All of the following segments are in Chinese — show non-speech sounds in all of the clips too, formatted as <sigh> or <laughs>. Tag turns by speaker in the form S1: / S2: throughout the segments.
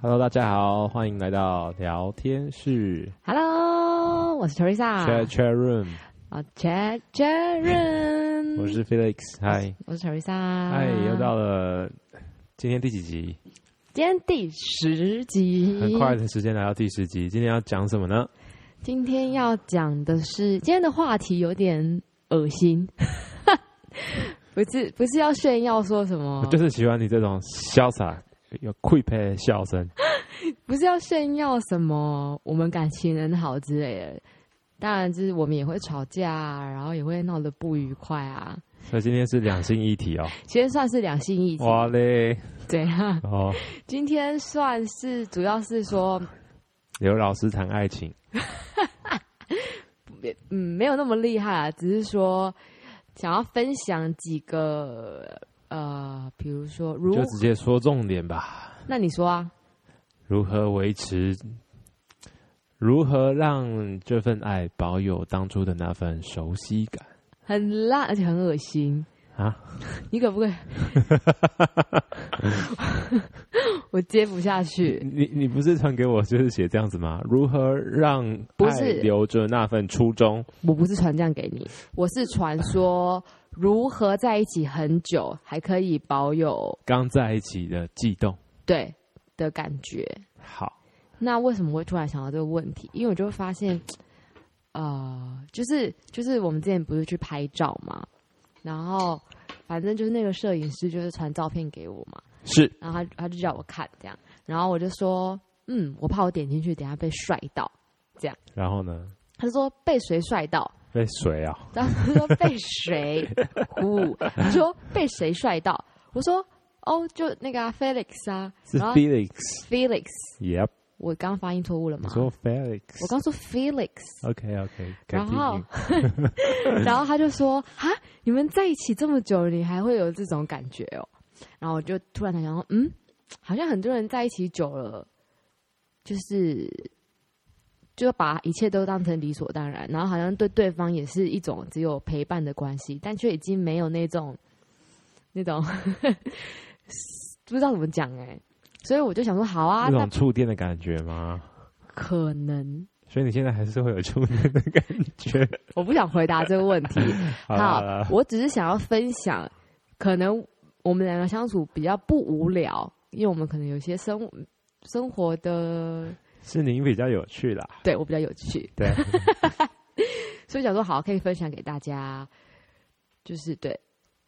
S1: Hello，大家好，欢迎来到聊天室
S2: Hello，我是
S1: Chat
S2: Teresa，
S1: Chat Room，
S2: 啊 Chat
S1: <laughs>
S2: Jaren，
S1: 嗯我是 Felix，嗨
S2: 我是 Teresa，
S1: 嗨，又到了今天第几集？
S2: 今天第十集，
S1: 很快的时间来到第十集，今天要讲什么呢？
S2: 今天要讲的是今天的话题有点恶心， <laughs> 不是不是要炫耀说什么
S1: <laughs> 我，就是喜欢你这种潇洒有溃配的笑 <laughs> 声，
S2: 不是要炫耀什么我们感情很好之类的。当然，就是我们也会吵架、啊，然后也会闹得不愉快啊。
S1: 所以今天是两性一体哦，
S2: 其实算是两性一体，
S1: 哇嘞，
S2: 对啊。
S1: 哦，
S2: 今天算是主要是说
S1: 刘老师谈爱情，
S2: 嗯，没有那么厉害啊，只是说想要分享几个呃，比如说如
S1: 就直接说重点吧。
S2: 那你说啊，
S1: 如何维持，如何让这份爱保有当初的那份熟悉感
S2: 很烂而且很恶心，
S1: 啊？
S2: <laughs> 你可不可以？我接不下去，
S1: 你你不是传给我就是写这样子吗？如何让
S2: 不
S1: 爱
S2: 是
S1: 留着那份初衷？
S2: 我不是传这样给你，我是传说如何在一起很久还可以保有
S1: 刚在一起的悸动，
S2: 对的感觉。
S1: 好，
S2: 那为什么会突然想到这个问题？因为我就发现，呃，就是就是我们之前不是去拍照嘛，然后反正就是那个摄影师就是传照片给我嘛，
S1: 是
S2: 然后他他就叫我看这样，然后我就说，嗯，我怕我点进去等一下被帅到，
S1: 然后呢？
S2: 他就说被谁帅到，
S1: 被水啊？
S2: 然后他说被谁，呼，他说被谁帅到，我说哦，就那个、啊、Felix 啊，
S1: 是
S2: 然后
S1: Felix，Yep，
S2: Felix，我刚发音错误了
S1: 你
S2: 吗？
S1: 说 Felix，
S2: 我刚说 Felix。
S1: OK OK，
S2: 然后， <laughs> 然后他就说：“哈，你们在一起这么久，你还会有这种感觉哦？”然后我就突然想到，嗯，好像很多人在一起久了，就是就把一切都当成理所当然，然后好像对对方也是一种只有陪伴的关系，但却已经没有那种那种 <laughs> 不知道怎么讲哎、所以我就想说，好啊，
S1: 那
S2: 那
S1: 种触电的感觉吗？
S2: 可能
S1: 所以你现在还是会有触电的感
S2: <laughs>
S1: 觉。
S2: 我不想回答这个问题。
S1: 好啦
S2: 好
S1: 好啦，
S2: 我只是想要分享，可能我们两个相处比较不无聊，因为我们可能有些生生活的，
S1: 是您比较有趣啦。
S2: 对我比较有趣，
S1: 对，啊
S2: 所以想说好可以分享给大家，就是对，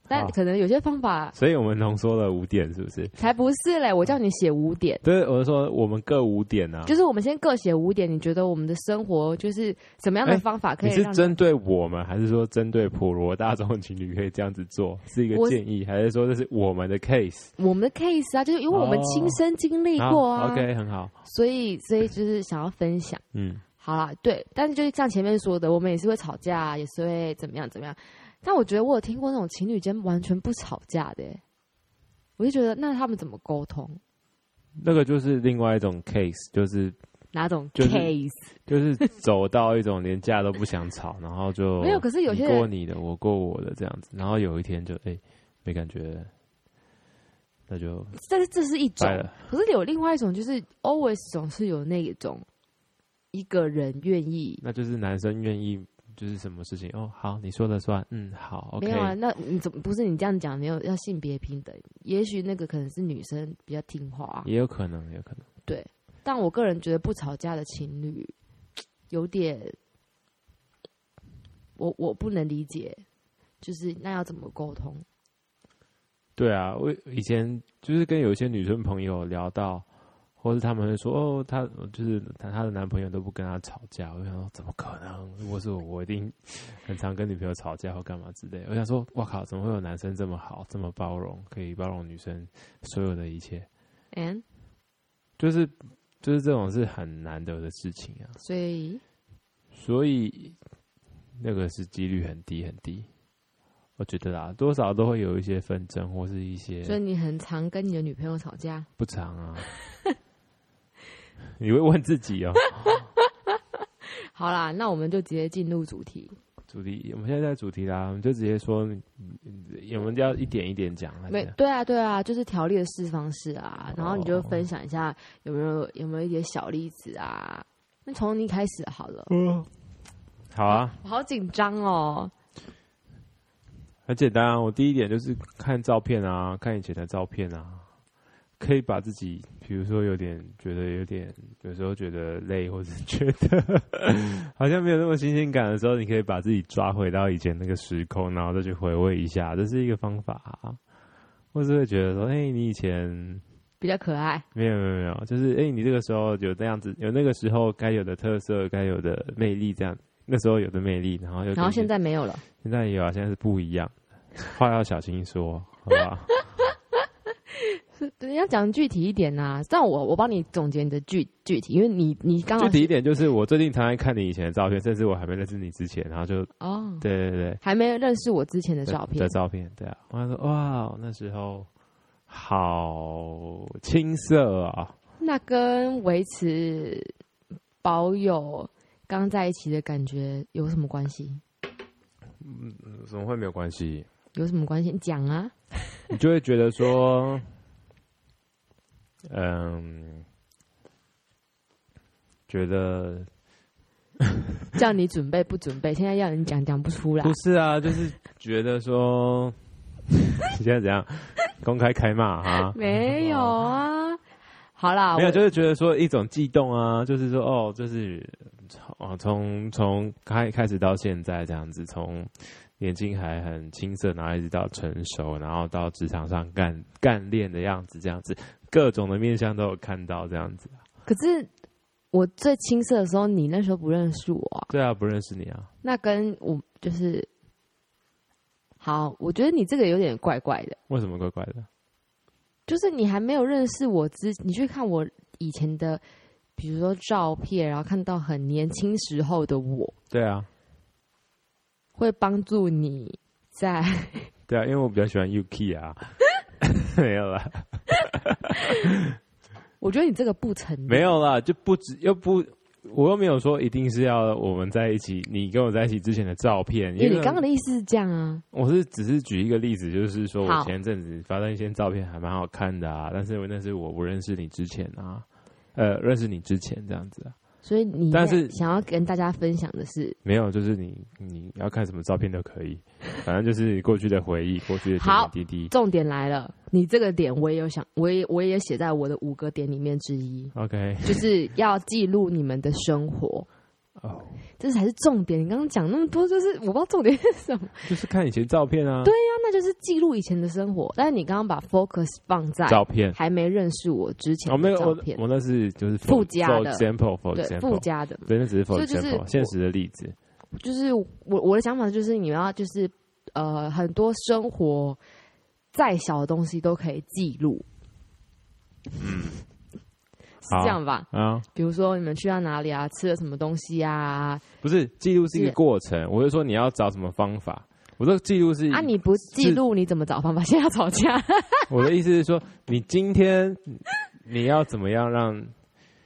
S2: 但
S1: 好
S2: 可能有些方法
S1: 所以我们浓缩了五点，是不是？
S2: 才不是嘞，我叫你写五点。
S1: 对，我是说我们各五点啊。
S2: <laughs> 就是我们先各写五点，你觉得我们的生活就是什么样的
S1: 哎
S2: 方法可
S1: 你
S2: 以
S1: 是
S2: 让
S1: 针对我们，还是说针对普罗大众情侣可以这样子做，是一个
S2: 我
S1: 建议，还是说这是我们的 case？
S2: 我们的 case 啊？就是因为我们
S1: 哦
S2: 亲身经历过啊，
S1: 好，OK，很好，
S2: 所以所以就是想要分享。
S1: 嗯，
S2: 好啦，对，但是就是像前面说的，我们也是会吵架啊，也是会怎么样怎么样。但我觉得我有听过那种情侣间完全不吵架的欸，我就觉得那他们怎么沟通？
S1: 那个就是另外一种 case，就是
S2: 哪种
S1: 就是
S2: case？、 <laughs>
S1: 就是走到一种连架都不想吵，然后就
S2: 没有可是有些
S1: 你
S2: 人
S1: 过你的，我过我的这样子，然后有一天就哎、没感觉了，那就
S2: 但是这是一种
S1: 掰，了，
S2: 可是有另外一种，就是 always 总是有那种一个人愿意。
S1: 那就是男生愿意就是什么事情哦，好，你说了算，嗯，好，OK，
S2: 没有啊，那你怎么不是你这样讲？没有要性别平等，也许那个可能是女生比较听话啊、
S1: 也有可能，也有可能。
S2: 但我个人觉得不吵架的情侣有点，我我不能理解，就是那要怎么沟通？
S1: 对啊，我以前就是跟有一些女生朋友聊到，或是她们会说哦，她就是她她的男朋友都不跟她吵架，我就想说怎么可能？如果是我，我一定 <laughs> 很常跟女朋友吵架或干嘛之类。我想说，哇靠，怎么会有男生这么好，这么包容，可以包容女生所有的一切？
S2: 嗯，
S1: 就是就是这种是很难得的事情啊，
S2: 所以
S1: 所以那个是几率很低很低。我觉得啦，多少都会有一些纷争，或是一些
S2: 所以你很常跟你的女朋友吵架，
S1: 不长啊。 <laughs> 你会问自己哦，
S2: 好啦，那我们就直接进入主题。
S1: 主题，我们现在在主题啦，我们就直接说，嗯嗯我们就要一点一点讲了。
S2: 没对啊，对啊，就是条例的释放式啊，然后你就分享一下有没有有没有一些小例子啊？那从你开始好了，
S1: 嗯，好啊，
S2: 我好紧张哦。
S1: 很简单啊。我第一点就是看照片啊，看以前的照片啊，可以把自己，比如说有点觉得有点，有时候觉得累，或者觉得 <laughs> 好像没有那么新鲜感的时候，你可以把自己抓回到以前那个时空，然后再去回味一下，这是一个方法、啊。或是会觉得说，哎、你以前
S2: 比较可爱，
S1: 没有没有没有，就是哎、诶你这个时候有那样子，有那个时候该有的特色，该有的魅力，这样那时候有的魅力，然后又
S2: 然后
S1: 跟
S2: 现在没有了，
S1: 现在也有啊，现在是不一样，话要小心说，好
S2: <laughs>
S1: 吧？
S2: 对，要讲具体一点呐、这样我我帮你总结你的具具体，因为你你刚好
S1: 具体一点就是，我最近常常看你以前的照片，甚至我还没认识你之前，然后就
S2: 哦，
S1: 对对对
S2: 还没认识我之前的
S1: 对
S2: 照
S1: 的
S2: 片，
S1: 照片，对啊，我想说哇，那时候好青涩啊，
S2: 那跟维持保有刚在一起的感觉有什么关系？
S1: 怎么会没有关系？
S2: 有什么关系？你讲啊，
S1: 你就会觉得说，嗯，觉得
S2: 叫你准备不准备？现在要你讲讲不出来
S1: 不，是啊，就是觉得说， <laughs> 你现在怎样公开开骂啊？
S2: 没有啊。好啦，
S1: 没有，
S2: 我
S1: 就是觉得说一种悸动啊，就是说哦，就是哦，从从开开始到现在这样子，从年轻还很青涩，然后一直到成熟，然后到职场上干干练的样子，这样子各种的面相都有看到这样子。
S2: 可是我最青涩的时候，你那时候不认识我啊、
S1: 对啊，不认识你啊，
S2: 那跟我就是，好，我觉得你这个有点怪怪的，
S1: 为什么怪怪的？
S2: 就是你还没有认识我之，你去看我以前的，比如说照片，然后看到很年轻时候的我，
S1: 对啊，
S2: 会帮助你在 <laughs>
S1: 对啊，因为我比较喜欢 UK <laughs> 啊，没有啦，
S2: 我觉得你这个不成立，
S1: 没有啦，就不止又不。我又没有说一定是要我们在一起，你跟我在一起之前的照片，
S2: 因为你
S1: 可能
S2: 刚刚的意思是这样啊，
S1: 我是只是举一个例子，就是说我
S2: 好
S1: 前阵子发到一些照片还蛮好看的啊，但是我那是我不认识你之前啊，呃，认识你之前这样子啊，
S2: 所以你
S1: 但是
S2: 想要跟大家分享的是，
S1: 没有，就是你你要看什么照片都可
S2: <laughs>
S1: 以，反正就是过去的回忆，过去的点
S2: 好
S1: 点滴滴。
S2: 重点来了，你这个点我也有想，我也我也写在我的五个点里面之一，
S1: OK，
S2: 就是要记录你们的生活。
S1: 哦，
S2: 这才是重点。你刚刚讲那么多，就是我不知道重点是什么。
S1: 就是看以前照片啊，
S2: 对那那就是记录以前的生活，但是你刚刚把 focus 放在
S1: 照片。
S2: 还没认识我之前
S1: 我那
S2: 的
S1: 个
S2: 照
S1: 哦我
S2: 片，
S1: 我那是就是
S2: 附
S1: for-
S2: 加
S1: for
S2: 的
S1: example for
S2: 对附
S1: example，
S2: 加的，
S1: 对，那只是 for
S2: 所以就是
S1: example
S2: 我
S1: 现实的例子。
S2: 就是我我的想法就是你们要就是呃很多生活再小的东西都可以记录，是
S1: 嗯好
S2: 这样吧？
S1: 啊，
S2: 比如说你们去到哪里啊，吃了什么东西啊？
S1: 不是记录是一个
S2: 是
S1: 过程，我是说你要找什么方法。我说记录是
S2: 啊，你不记录你怎么找方法？ <laughs> 现在要吵架，
S1: 我的意思是说，你今
S2: <laughs>
S1: 天你要怎么样让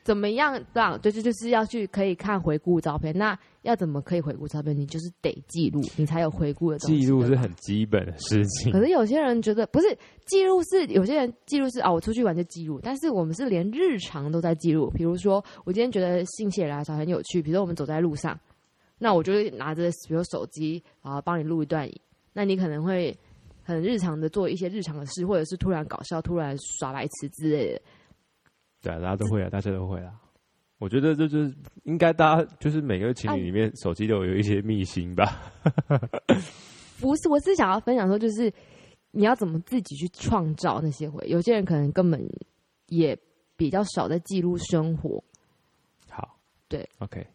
S2: 怎么样让？对对，就是要去可以看回顾照片。那要怎么可以回顾照片？你就是得记录，你才有回顾的东西
S1: 记录是。很基本的事情
S2: 可。是有些人觉得不是记录是有些人记录是啊，我出去玩就记录，但是我们是连日常都在记录。比如说，我今天觉得信息来潮很有趣，比如说我们走在路上，那我就会拿着比如手机啊，帮你录一段影。那你可能会很日常的做一些日常的事，或者是突然搞笑、突然耍白痴之类的。
S1: 对啊，大家都会啊，大家都会啊。我觉得这就是应该大家就是每个
S2: 啊
S1: 情侣里面手机都有一些秘辛吧。
S2: 不是，我是想要分享说，就是你要怎么自己去创造那些回忆。有些人可能根本也比较少在记录生活，
S1: 好，
S2: 对
S1: ，OK，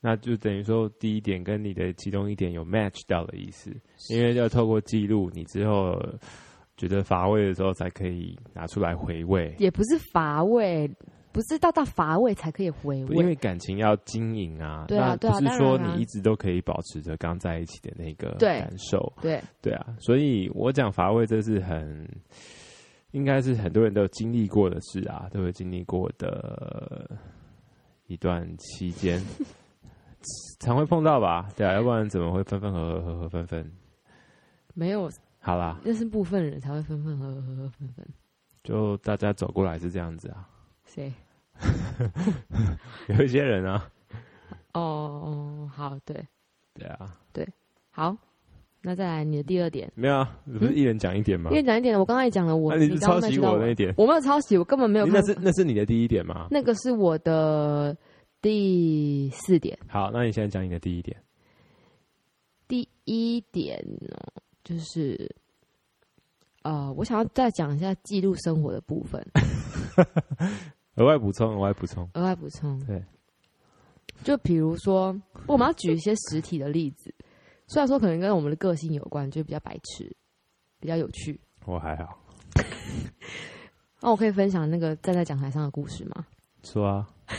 S1: 那就等于说第一点跟你的其中一点有 match 到的意思，因为要透过记录，你之后觉得乏味的时候才可以拿出来回味。
S2: 也不是乏味，不是到到乏味才可以回
S1: 因为
S2: 味。
S1: 感情要经营啊，
S2: 对啊
S1: 那
S2: 对啊
S1: 不是说
S2: 当然啊
S1: 你一直都可以保持着刚在一起的那个
S2: 对
S1: 感受，
S2: 对，
S1: 对啊，所以我讲乏味，这是很应该是很多人都有经历过的事啊，都有经历过的一段期间， <laughs> 常会碰到吧？对啊，要不然怎么会分分合合，合合分分？
S2: 没有，
S1: 好啦，
S2: 那是部分人才会分分合合，合合分分。
S1: 就大家走过来是这样子啊， <laughs>
S2: 谁？
S1: 有一些人啊，
S2: 哦哦，好，对，
S1: 对啊，
S2: 好，那再来你的第二点。
S1: 没有啊，不是一人讲一点吗？啊
S2: 一讲一点，我刚才也讲嗯了我，
S1: 那、你
S2: 你
S1: 是
S2: 刚
S1: 抄
S2: 刚才
S1: 袭
S2: 知道
S1: 我那一点，
S2: 我没有抄袭，我根本没有看
S1: 那。是那是你的第一点吗？
S2: 那个是我的第四点，
S1: 好，那你现在讲你的第一点，
S2: 第一点呢，就是呃，我想要再讲一下记录生活的部分，
S1: 额外补充，额外补充，
S2: 额外补充。
S1: 对，
S2: 就比如说，我们要举一些实体的例子，虽然说可能跟我们的个性有关，就比较白痴，比较有趣。
S1: 我还好，
S2: 那我可以分享那个站在讲台上的故事吗？
S1: 说啊，
S2: <laughs>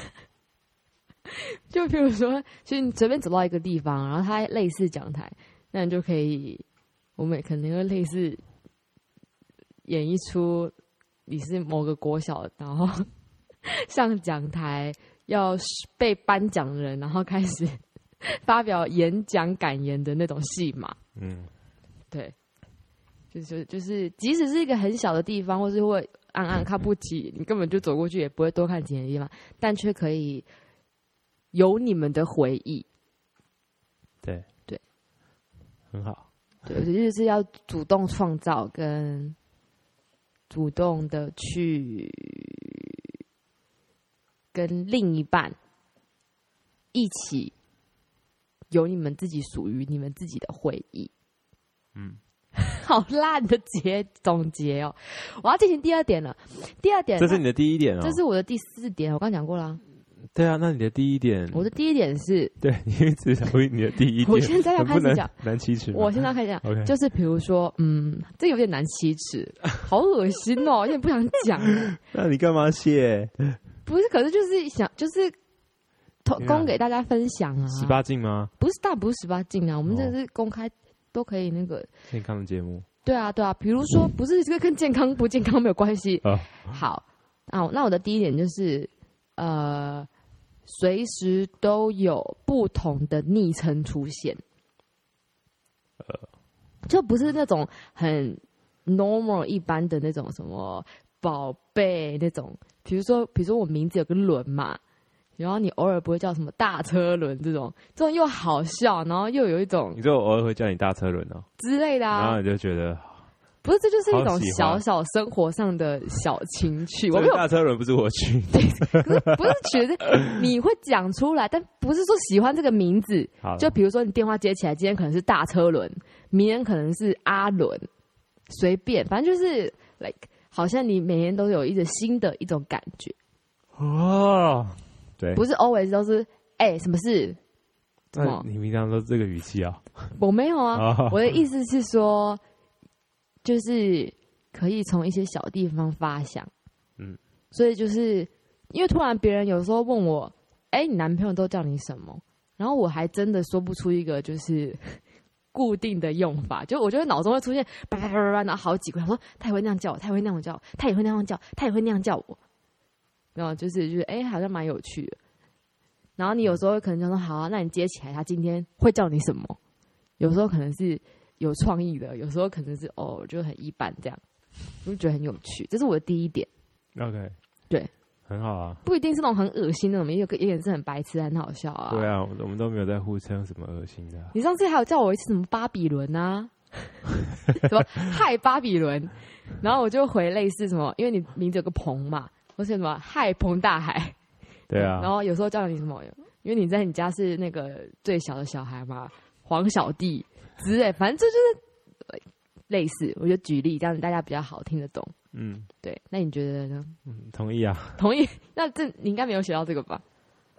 S2: 就比如说，其实你随便走到一个地方，然后它类似讲台，那你就可以，我们也可能会类似演一出你是某个国小，然后 <laughs> 上讲台要被颁奖的人，然后开始 <laughs> 发表演讲感言的那种戏码。
S1: 嗯，
S2: 对，就是就是，即使是一个很小的地方，或是会暗暗看不起，你根本就走过去也不会多看几眼的地方，但却可以有你们的回忆。
S1: 对
S2: 对，
S1: 很好，
S2: 对，我觉得就是要主动创造跟主动的去跟另一半一起有你们自己属于你们自己的回忆。
S1: 嗯，
S2: <laughs> 好烂的结总结哦！我要进行第二点了。第二点，
S1: 这是你的第一点哦、
S2: 这是我的第四点，我刚讲过了啊、
S1: 对啊，那你的第一点，
S2: 我的第一点是，
S1: 对你一直回应你的第一点，
S2: 我现在要
S1: 很
S2: 开
S1: 不
S2: 始
S1: 能
S2: 讲，
S1: 难启齿吗，
S2: 我现在开始讲，
S1: <laughs> OK，
S2: 就是比如说，嗯，这有点难启齿，好恶心哦，有点不想讲。
S1: 那你干嘛谢？
S2: 不是，可是就是想，就是投
S1: 天啊
S2: 供给大家分享啊。
S1: <laughs> 十八禁吗？
S2: 不是大，不是十八禁啊，我们
S1: 哦
S2: 这是公开都可以那个。
S1: 健康的节目
S2: 对啊，对啊，比如
S1: <laughs>
S2: 说，不是这个跟健康不健康没有关系，
S1: 哦，
S2: 好，那我那我的第一点就是，呃，随时都有不同的昵称出现，
S1: 呃
S2: 就不是那种很 normal 一般的那种什么宝贝那种，比如说，比如说我名字有个轮嘛。然后你偶尔不会叫什么大车轮这种，这种又好笑，然后又有一种
S1: 你就偶尔会叫你大车轮哦，
S2: 之类的
S1: 然
S2: 啊
S1: 后，你就觉得
S2: 不是，这就是一
S1: 好
S2: 种
S1: 喜
S2: 小
S1: 欢
S2: 小生活上的小情趣。我
S1: 这
S2: 没
S1: 个
S2: 有
S1: 大车轮不是我去，
S2: 可是 <laughs> 不是觉得你会讲出来，但不是说喜欢这个名字。
S1: 好了，
S2: 就比如说你电话接起来，今天可能是大车轮，明天可能是阿伦，随便，反正就是 like 好像你每天都有一种新的一种感觉，
S1: 哦，对，
S2: 不是 always 都是哎、什么事？怎
S1: 那
S2: 么？
S1: 你平常都这个语气啊？
S2: 我没有啊，
S1: 啊，
S2: 我的意思是说，就是可以从一些小地方发想，嗯
S1: 嗯，
S2: 所以就是因为突然别人有时候问我，哎、你男朋友都叫你什么？然后我还真的说不出一个就是 <laughs> 固定的用法，就我觉得脑中会出现 <laughs> 叭叭叭叭叭，然后好几个，他说他也会那样叫我，他也会那样叫我，他也会那样叫，他也会那样叫我，然后就是就是哎、好像蛮有趣的。然后你有时候可能就说好、啊，那你接起来，他今天会叫你什么？有时候可能是有创意的，有时候可能是哦，就很一般这样，我就觉得很有趣。这是我的第一点，
S1: OK，
S2: 对，
S1: 很好啊。
S2: 不一定是那种很恶心的，我们也有个也是很白痴、很好笑啊。嗯
S1: 对啊，我我们都没有在互称什么恶心的啊，
S2: 你上次还有叫我一次什么巴比伦啊， <laughs> 什么嗨巴比伦，然后我就回类似什么，因为你名字有个鹏嘛，或是什么嗨鹏大海，
S1: 对啊
S2: 然，后有时候叫你什么，因为你在你家是那个最小的小孩嘛，黄小弟之类，反正这就是呃类似。我就举例，这样大家比较好听得懂。
S1: 嗯
S2: 对，那你觉得呢？ <laughs>
S1: 嗯，同意啊，
S2: 同意？那这你应该没有写到这个吧？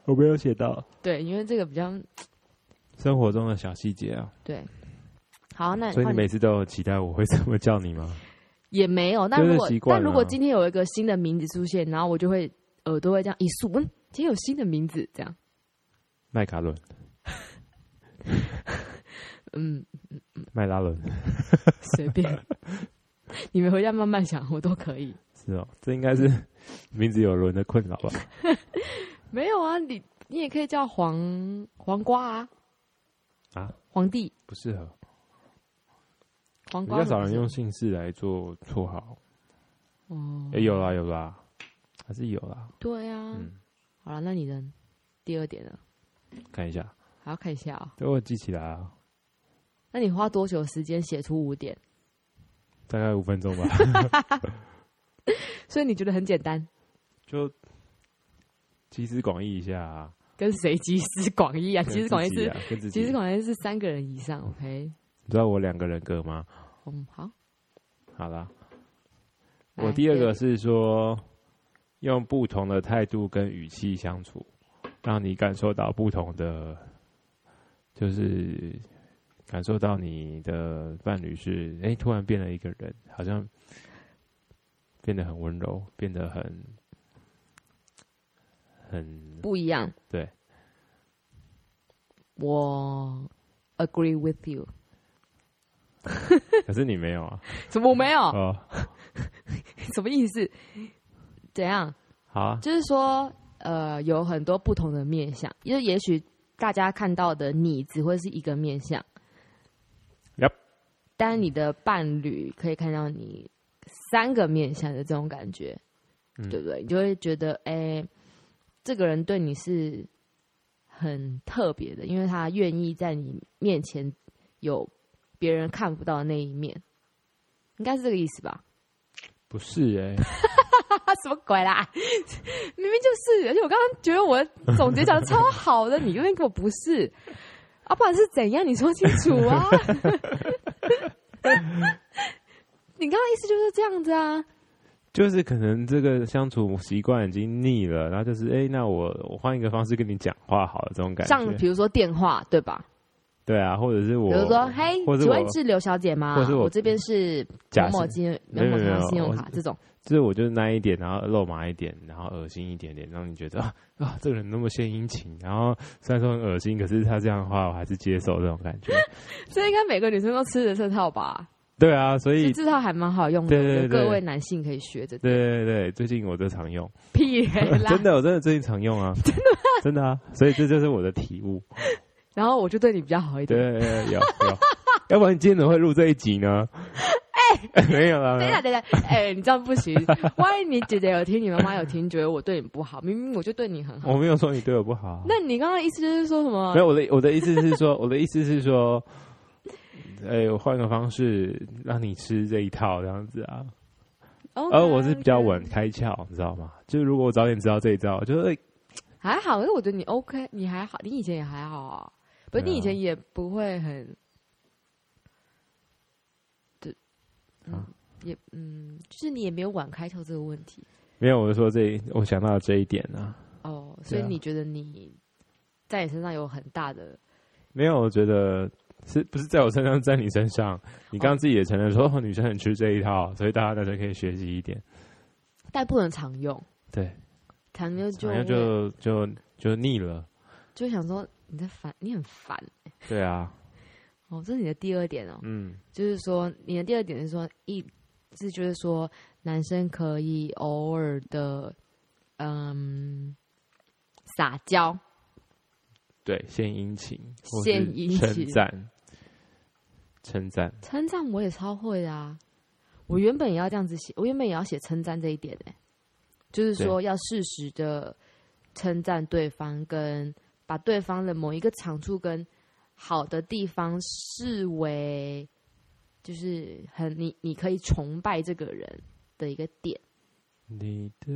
S1: 我没有写到
S2: 对，因为这个比较
S1: 生活中的小细节啊，
S2: 对。好，啊那
S1: 所以
S2: 换
S1: 你每次都有期待我会 <laughs> 这么叫你吗？
S2: 也没有。那
S1: 就是
S2: 如果
S1: 习惯
S2: 那
S1: 了
S2: 如果今天有一个新的名字出现，然后我就会耳朵会这样一竖，嗯，今天有新的名字，这样，
S1: 麦卡伦、
S2: 嗯，
S1: 麦拉伦，
S2: 随便。 <laughs> 你们回家慢慢想，我都可以。
S1: 是哦，这应该
S2: <laughs>
S1: 是名字有轮的困扰吧？
S2: 没有啊，你你也可以叫黄黄瓜啊，
S1: 啊，
S2: 皇帝、
S1: 不适合。
S2: 皇
S1: 比
S2: 冠
S1: 较少
S2: 什
S1: 人
S2: 么
S1: 用姓氏来做绰号，
S2: 哦，
S1: 也、有啦有啦，还是有啦。
S2: 对啊，
S1: 嗯，
S2: 好了，那你的第二点呢？
S1: 看一下，
S2: 还要看一下、哦。
S1: 等我记起来啊，
S2: 那你花多久时间写出五点？
S1: 大概五分钟吧。 <laughs>
S2: 所以你觉得很简单，
S1: 就集思广益一下、啊，
S2: 跟谁集思广益啊？集思广益是
S1: 跟自己啊跟自己。
S2: 集思广益是三个人以上，OK？
S1: 你知道我两个人格吗？
S2: 嗯，好。
S1: 好啦，
S2: 来
S1: 我第二个是说，用不同的态度跟语气相处，让你感受到不同的，就是感受到你的伴侣是哎、诶突然变了一个人，好像变得很温柔，变得很
S2: <laughs>
S1: 很
S2: 不一样。
S1: 对，
S2: 我 agree with you。
S1: 可是你没有啊？
S2: 怎么我没有？
S1: 哦，
S2: 什么意思？怎样？
S1: 好啊，
S2: 就是说，呃，有很多不同的面相，因为也许大家看到的你只会是一个面相
S1: Yep
S2: 但你的伴侣可以看到你三个面相的这种感觉，
S1: 嗯
S2: 对不对？你就会觉得，哎、这个人对你是很特别的，因为他愿意在你面前有别人看不到的那一面，应该是这个意思吧？
S1: 不是哎、
S2: 啊，什么鬼啦？明明就是，而且我刚刚觉得我总结讲的超好的，你那边给我不是，啊，不然是怎样？你说清楚啊！ <laughs> 你刚刚意思就是这样子啊？
S1: 就是可能这个相处习惯已经腻了，然后就是哎、诶那我我换一个方式跟你讲话好了，这种感
S2: 像比
S1: 觉。
S2: 如说电话对吧？
S1: 对啊，或者是我
S2: 比如说，嘿，
S1: 或者
S2: 请
S1: 我
S2: 问是刘小姐吗？
S1: 或者是我
S2: 这边是某
S1: 假设
S2: 某金某
S1: 没有
S2: 某
S1: 没有
S2: 银行信用
S1: 我
S2: 卡这种，
S1: 就是我就是那一点，然后肉麻一点，然后恶心一点点，让你觉得啊啊，这个人那么献殷勤，然后虽然说很恶心，可是他这样的话我还是接受这种感觉。
S2: 这应该每个女生都吃的这套吧？
S1: 对啊，所
S2: 这 <laughs>
S1: 以
S2: 这套还蛮好用的，
S1: 对
S2: 我觉
S1: 对
S2: 得
S1: 对
S2: 各位男性可以学着
S1: 对对对，最近我都常用，
S2: 屁嘞啦！
S1: <laughs> 真的我真的最近常用啊，真的 <laughs> 真的啊，所以这就是我的体悟。
S2: 然后我就对你比较好一点
S1: 对。对对，有有，要不然你今天怎么会录这一集
S2: <laughs>
S1: 呢？哎、 <laughs> 没有啦，没有
S2: 等一下，等一
S1: <laughs>
S2: 下，哎、你这样不行。万一你姐姐有听，你妈妈有听，觉得我对你不好，明明我就对你很好。
S1: 我没有说你对我不好啊。
S2: 那你刚刚意思就是说什么
S1: 没？有，我的我的意思是说，我的意思是
S2: <laughs>
S1: 说，哎、我换个方式让你吃这一套这样子啊。
S2: 哦
S1: 而呃我是比较晚，开窍，你知道吗？就是如果我早点知道这一招，就是、哎
S2: 还好，因为我觉得你 OK，你还好，你以前也还好啊，不
S1: 对
S2: 是、
S1: 啊
S2: 你以前也不会很，对，嗯，
S1: 啊
S2: 也嗯，就是你也没有晚开窍这个问题
S1: 没有，我是说这一我想到了这一点啊。
S2: 哦，所以
S1: 对啊
S2: 你觉得你在你身上有很大的
S1: 没有，我觉得是不是在我身上，在你身上？你刚刚自己也承认说、哦女生很吃这一套，所以大家男生可以学习一点。
S2: 但不能常用，
S1: 对，
S2: 常用就
S1: 好像
S2: 会
S1: 就就就腻了。
S2: 就想说你在烦，你很烦
S1: 对啊，
S2: 哦，这是你的第二点哦，
S1: 嗯，
S2: 就是说你的第二点是说一，是就是说男生可以偶尔的，嗯，撒娇，
S1: 对，献殷勤，或
S2: 献
S1: 是
S2: 殷勤
S1: 称赞，称赞。
S2: 称赞我也超会的啊，我原本也要这样子写，我原本也要写称赞这一点呢、就是说要适时的称赞对方，跟把对方的某一个长处跟好的地方视为，就是很你你可以崇拜这个人的一个点。
S1: 你的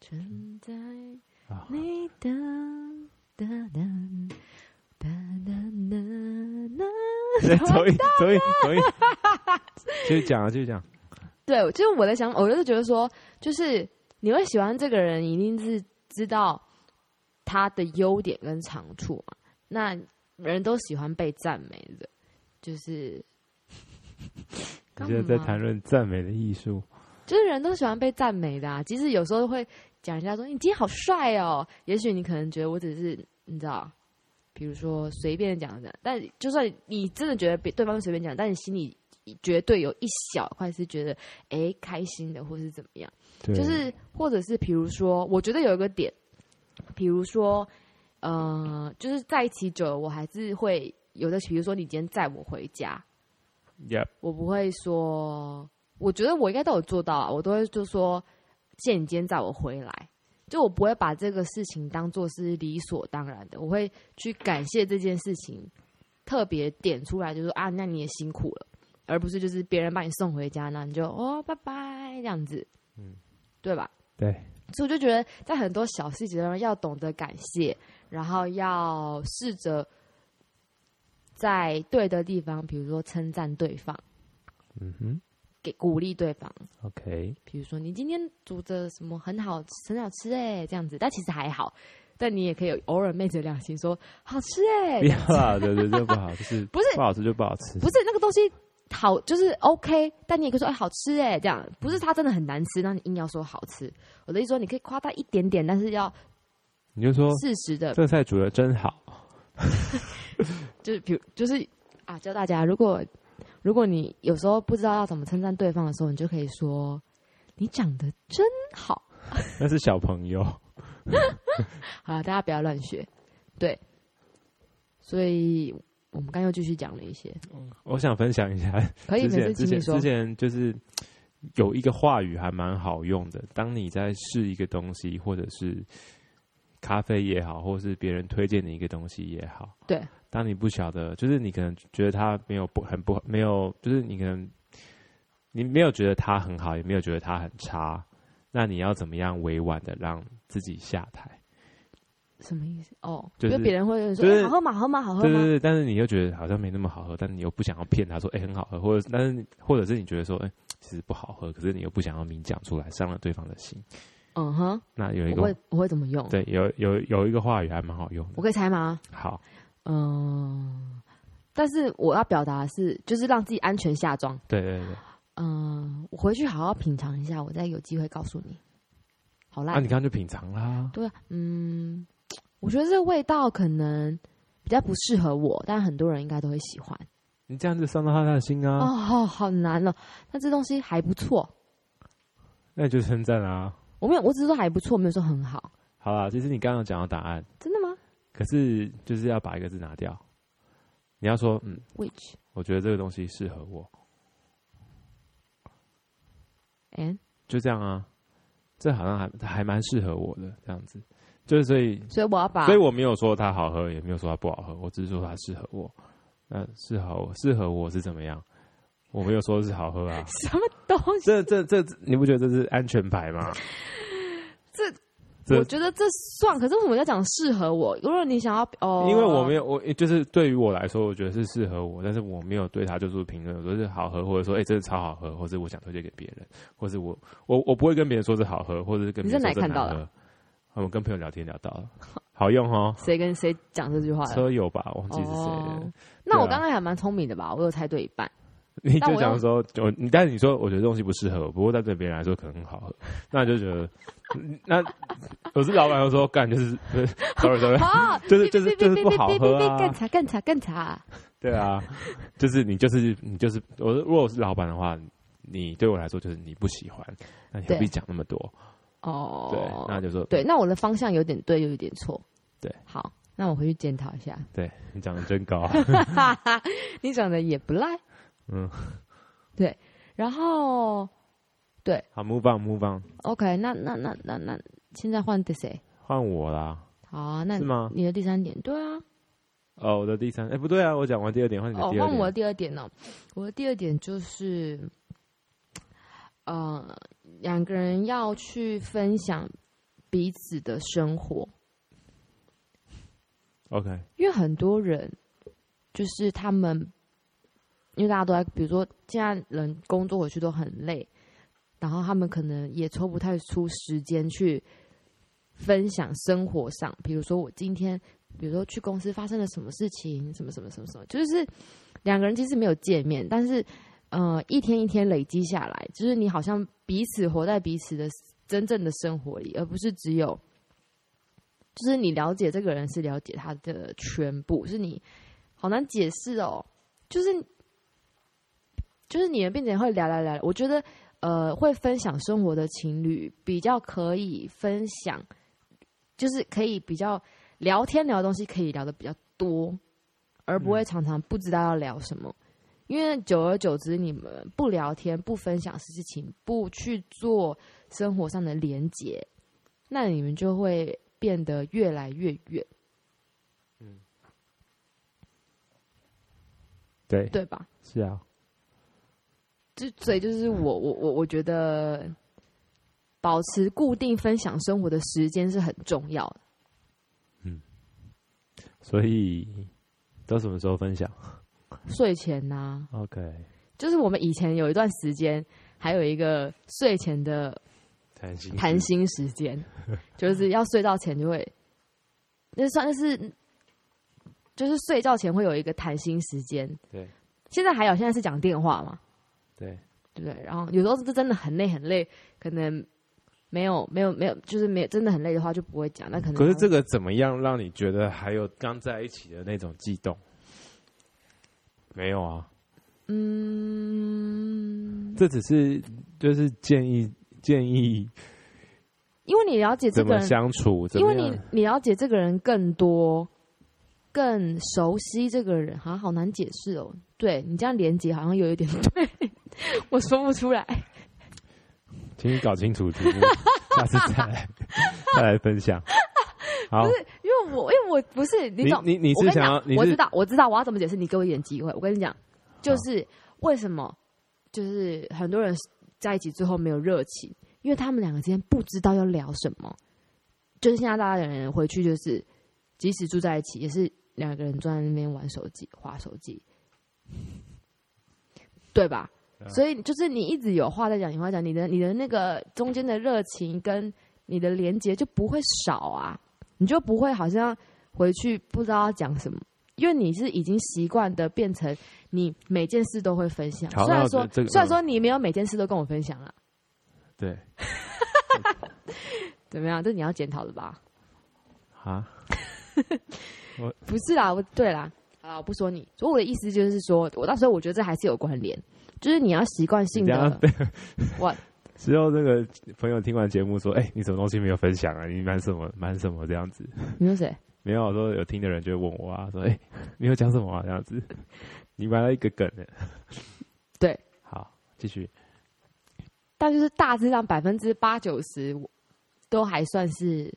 S2: 存在
S1: 啊
S2: 你的哒哒哒哒哒哒。
S1: <laughs> 对，所以所以所以，继续讲啊，继续讲。
S2: 对，就是我在想，我就是觉得说，就是你会喜欢这个人，一定是知道他的优点跟长处嘛。那人都喜欢被赞美的，就是
S1: 你
S2: 干
S1: 现在在
S2: 嘛
S1: 谈论赞美的艺术，
S2: 就是人都喜欢被赞美的啊。即使有时候会讲人家说你今天好帅哦，也许你可能觉得我只是你知道，比如说随便讲的，但就算你真的觉得别对方随便讲，但你心里绝对有一小块是觉得哎、诶开心的，或是怎么样。
S1: 对
S2: 就是或者是比如说，我觉得有一个点，比如说，呃，就是在一起久了，我还是会有的。比如说，你今天载我回家，
S1: Yep，
S2: 我不会说，我觉得我应该都有做到啊，我都会就说，谢谢你今天载我回来，就我不会把这个事情当做是理所当然的，我会去感谢这件事情，特别点出来，就说啊，那你也辛苦了，而不是就是别人把你送回家，那你就哦拜拜这样子，嗯
S1: 嗯，
S2: 对吧？
S1: 对，
S2: 所以我就觉得，在很多小细节当中要懂得感谢，然后要试着在对的地方，比如说称赞对方，
S1: 嗯哼
S2: 给鼓励对方。
S1: ，OK，
S2: 比如说你今天煮的什么很好，很好吃哎、这样子，但其实还好。但你也可以偶尔昧着良心说好吃哎、
S1: 不要啊啦，对对对，不 <laughs> 好，就是
S2: <laughs> 不是
S1: 不好吃就不好吃，
S2: 不是那个东西好，就是 OK，但你也可以说哎、好吃哎、这样不是它真的很难吃，那你硬要说好吃。我的意思说你可以夸它一点点，但是要
S1: 你就说
S2: 适时的
S1: 这个菜煮的真好，
S2: 就是比如就是啊，教大家，如果如果你有时候不知道要怎么称赞对方的时候，你就可以说你长得真好。
S1: 那是小朋友，
S2: 好了，大家不要乱学，对。所以我们刚又继续讲了一些，
S1: 我想分享一下，
S2: 可以，
S1: 之
S2: 每
S1: 前之
S2: 次请
S1: 前
S2: 你说
S1: 之，前就是有一个话语还蛮好用的，当你在试一个东西，或者是咖啡也好，或是别人推荐你一个东西也好，
S2: 对，
S1: 当你不晓得，就是你可能觉得它没有不很不没有，就是你可能你没有觉得它很好，也没有觉得它很差，那你要怎么样委婉的让自己下台？
S2: 什么意思？哦，
S1: 就是
S2: 因为别人会说、
S1: 就是
S2: 哎好喝吗？好喝吗？好喝
S1: 对对
S2: 吗？
S1: 对，但是你又觉得好像没那么好喝，但你又不想要骗他说，哎、很好喝，或者但是你或者是你觉得说，哎、其实不好喝，可是你又不想要明讲出来，伤了对方的心。
S2: 嗯哼，
S1: 那有一
S2: 我
S1: 个
S2: 会我会怎么用？
S1: 对，有有有一个话语还蛮好用的。
S2: 我可以猜吗？
S1: 好，
S2: 嗯，但是我要表达的是，就是让自己安全下装。
S1: 对对啊对，
S2: 嗯，我回去好好品尝一下，我再有机会告诉你。好烂
S1: 啊，你刚刚就品尝啊啦，
S2: 对，嗯，我觉得这个味道可能比较不适合我，但很多人应该都会喜欢。
S1: 你这样就伤到他的心
S2: 哦，
S1: 啊，
S2: 好好难哦。那这东西还不错，
S1: 那你就称赞啊。
S2: 我没有，我只是说还不错，没有说很好。
S1: 好啦，其实你刚刚有讲到答案，
S2: 真的吗
S1: 可是就是要把一个字拿掉，你要说，嗯，
S2: ？Which
S1: 我觉得这个东西适合我，
S2: and
S1: 就这样啊，这好像还还蛮适合我的这样子，就是所以
S2: 所以我要把。
S1: 所以我没有说它好喝，也没有说它不好喝，我只是说它适合我。那适合我，适合我是怎么样？我没有说 <laughs> 是好喝啊
S2: 什么东西？
S1: 这这这，你不觉得这是安全牌吗？ <laughs> 这
S2: 我觉得这算，可是为什么要讲适合我？如果你想要哦，
S1: 因为我没
S2: 有
S1: 有，我就是对于我来说，我觉得是适合我，但是我没有对它做出评论，我说是好喝，或者说哎、真的超好喝，或者我想推荐给别人，或者我我我不会跟别人说是好喝，或者是跟
S2: 你
S1: 别
S2: 在
S1: 人
S2: 哪
S1: 说
S2: 里
S1: 是
S2: 看到
S1: 难
S2: 的
S1: 喝。啊我跟朋友聊天聊到 <laughs> 了，好用哦，
S2: 谁跟谁讲这句话了。
S1: 车友吧，忘记是谁了。
S2: 哦那我
S1: 对啊
S2: 刚刚还蛮聪明的吧？我有猜对一
S1: <laughs>
S2: 半。
S1: 你
S2: 但
S1: 就
S2: 我
S1: 讲
S2: 又
S1: 说，就你，但是你说我觉得这东西不适合我，不过但对别人来说可能很好喝，那就觉得，嗯那我是老板又说干就是就是 sorry
S2: <laughs>
S1: sorry，
S2: 好，
S1: 啊就是
S2: 哔
S1: 就是
S2: 哔哔
S1: 就是
S2: 哔
S1: 不
S2: 哔
S1: 好
S2: 哔
S1: 喝
S2: 哔
S1: 啊
S2: 更茶更茶更茶。
S1: 对啊，就是你就是你就是我如果我是老板的话，你对我来说就是你不喜欢，那你何
S2: 对
S1: 必讲那么多？
S2: 哦，
S1: 对，那就说
S2: 对，那我的方向有点对，又有点错。
S1: 对，
S2: 好，那我回去检讨
S1: <laughs>
S2: 一下。 <laughs>
S1: 对你讲的真高，啊
S2: 你长得也不赖，
S1: 嗯，
S2: 然后
S1: 好，move on move on，
S2: OK，那那那那那，现在换对谁？
S1: 换我啦，
S2: 好啊，那
S1: 是吗？
S2: 你的第三点，对啊，
S1: 哦，我的第三，哎、不对啊，我讲完第二点，换你的
S2: 哦，
S1: 第二
S2: 换
S1: 点，
S2: 我的第二点哦。我的第二点就是，呃，两个人要去分享彼此的生活，
S1: OK，
S2: 因为很多人就是他们，因为大家都在，比如说现在人工作回去都很累，然后他们可能也抽不太出时间去分享生活上，比如说我今天，比如说去公司发生了什么事情，什么什么什么什么，就是两个人其实没有见面，但是呃，一天一天累积下来，就是你好像彼此活在彼此的真正的生活里，而不是只有。就是你了解这个人是了解他的全部，是你好难解释哦。就是就是你们变成会聊聊聊，我觉得呃会分享生活的情侣比较可以分享，就是可以比较聊天聊的东西可以聊的比较多，而不会常常不知道要聊什么。因为久而久之，你们不聊天、不分享事情、不去做生活上的连结，那你们就会变得越来越远，
S1: 对，
S2: 对吧？
S1: 是啊，
S2: 就所以就是我我我我觉得，保持固定分享生活的时间是很重要的。
S1: 所以都什么时候分享
S2: 睡前呐、
S1: ？OK，
S2: 就是我们以前有一段时间，还有一个睡前的
S1: 谈心
S2: 谈心时间，就是要睡觉前就会，那算是就是睡觉前会有一个谈心时间。
S1: 对，
S2: 现在还有，现在是讲电话嘛，
S1: 对，
S2: 对不对？然后有时候是真的很累很累，可能没有没有没有，就是没有真的很累的话就不会讲。那可能
S1: 可是
S2: 还
S1: 这个怎么样让你觉得还有刚在一起的那种悸动？没有啊，
S2: 嗯，
S1: 这只是就是建议建议
S2: 因为你了解这
S1: 怎
S2: 个
S1: 么
S2: 人，
S1: 相处，怎
S2: 因
S1: 么
S2: 为你
S1: 样
S2: 你了解这个人更多，更熟悉这个人，好像好难解释哦。对你这样连接好像有一点对， <laughs> 我说不出来。
S1: 请你搞清楚题目， <laughs> 下次再来再来分享。好，
S2: 因为我因为我不是你
S1: 你
S2: 懂，
S1: 你你
S2: 我跟
S1: 是想要
S2: 讲
S1: 你
S2: 我知
S1: 是
S2: 道我知道我要怎么解释，你给我一点机会。我跟你讲，就是为什么就是很多人在一起最后没有热情，因为他们两个之间不知道要聊什么。就是现在大家的人回去就是，即使住在一起，也是两个人坐在那边玩手机、划手机，对吧？
S1: 嗯
S2: 所以就是你一直有话在讲，有话讲，你的你的那个中间的热情跟你的连接就不会少啊，你就不会好像回去不知道要讲什么，因为你是已经习惯的变成你每件事都会分享。
S1: 好
S2: 虽然
S1: 那
S2: 说、
S1: 这个嗯
S2: 虽然说你没有每件事都跟我分享啦，啊
S1: 对
S2: 怎么样？这你要检讨的吧？
S1: 啊，
S2: 不是啦，我对啦，好啦，我不说你。所以我的意思就是说，我到时候我觉得这还是有关联，就是你要习惯性
S1: 你这样
S2: 的，我
S1: 之后那个朋友听完节目说：“哎、你什么东西没有分享啊？你瞒什么瞒什么这样子
S2: 你说谁？？”
S1: 没有，我说有听的人就会问我啊，说：“哎、 <laughs> 你有讲什么啊？这样子， <laughs> 你瞒了一个梗呢。”
S2: <laughs> 对，
S1: 好，继续。
S2: 但就是大致上百分之八九十都还算是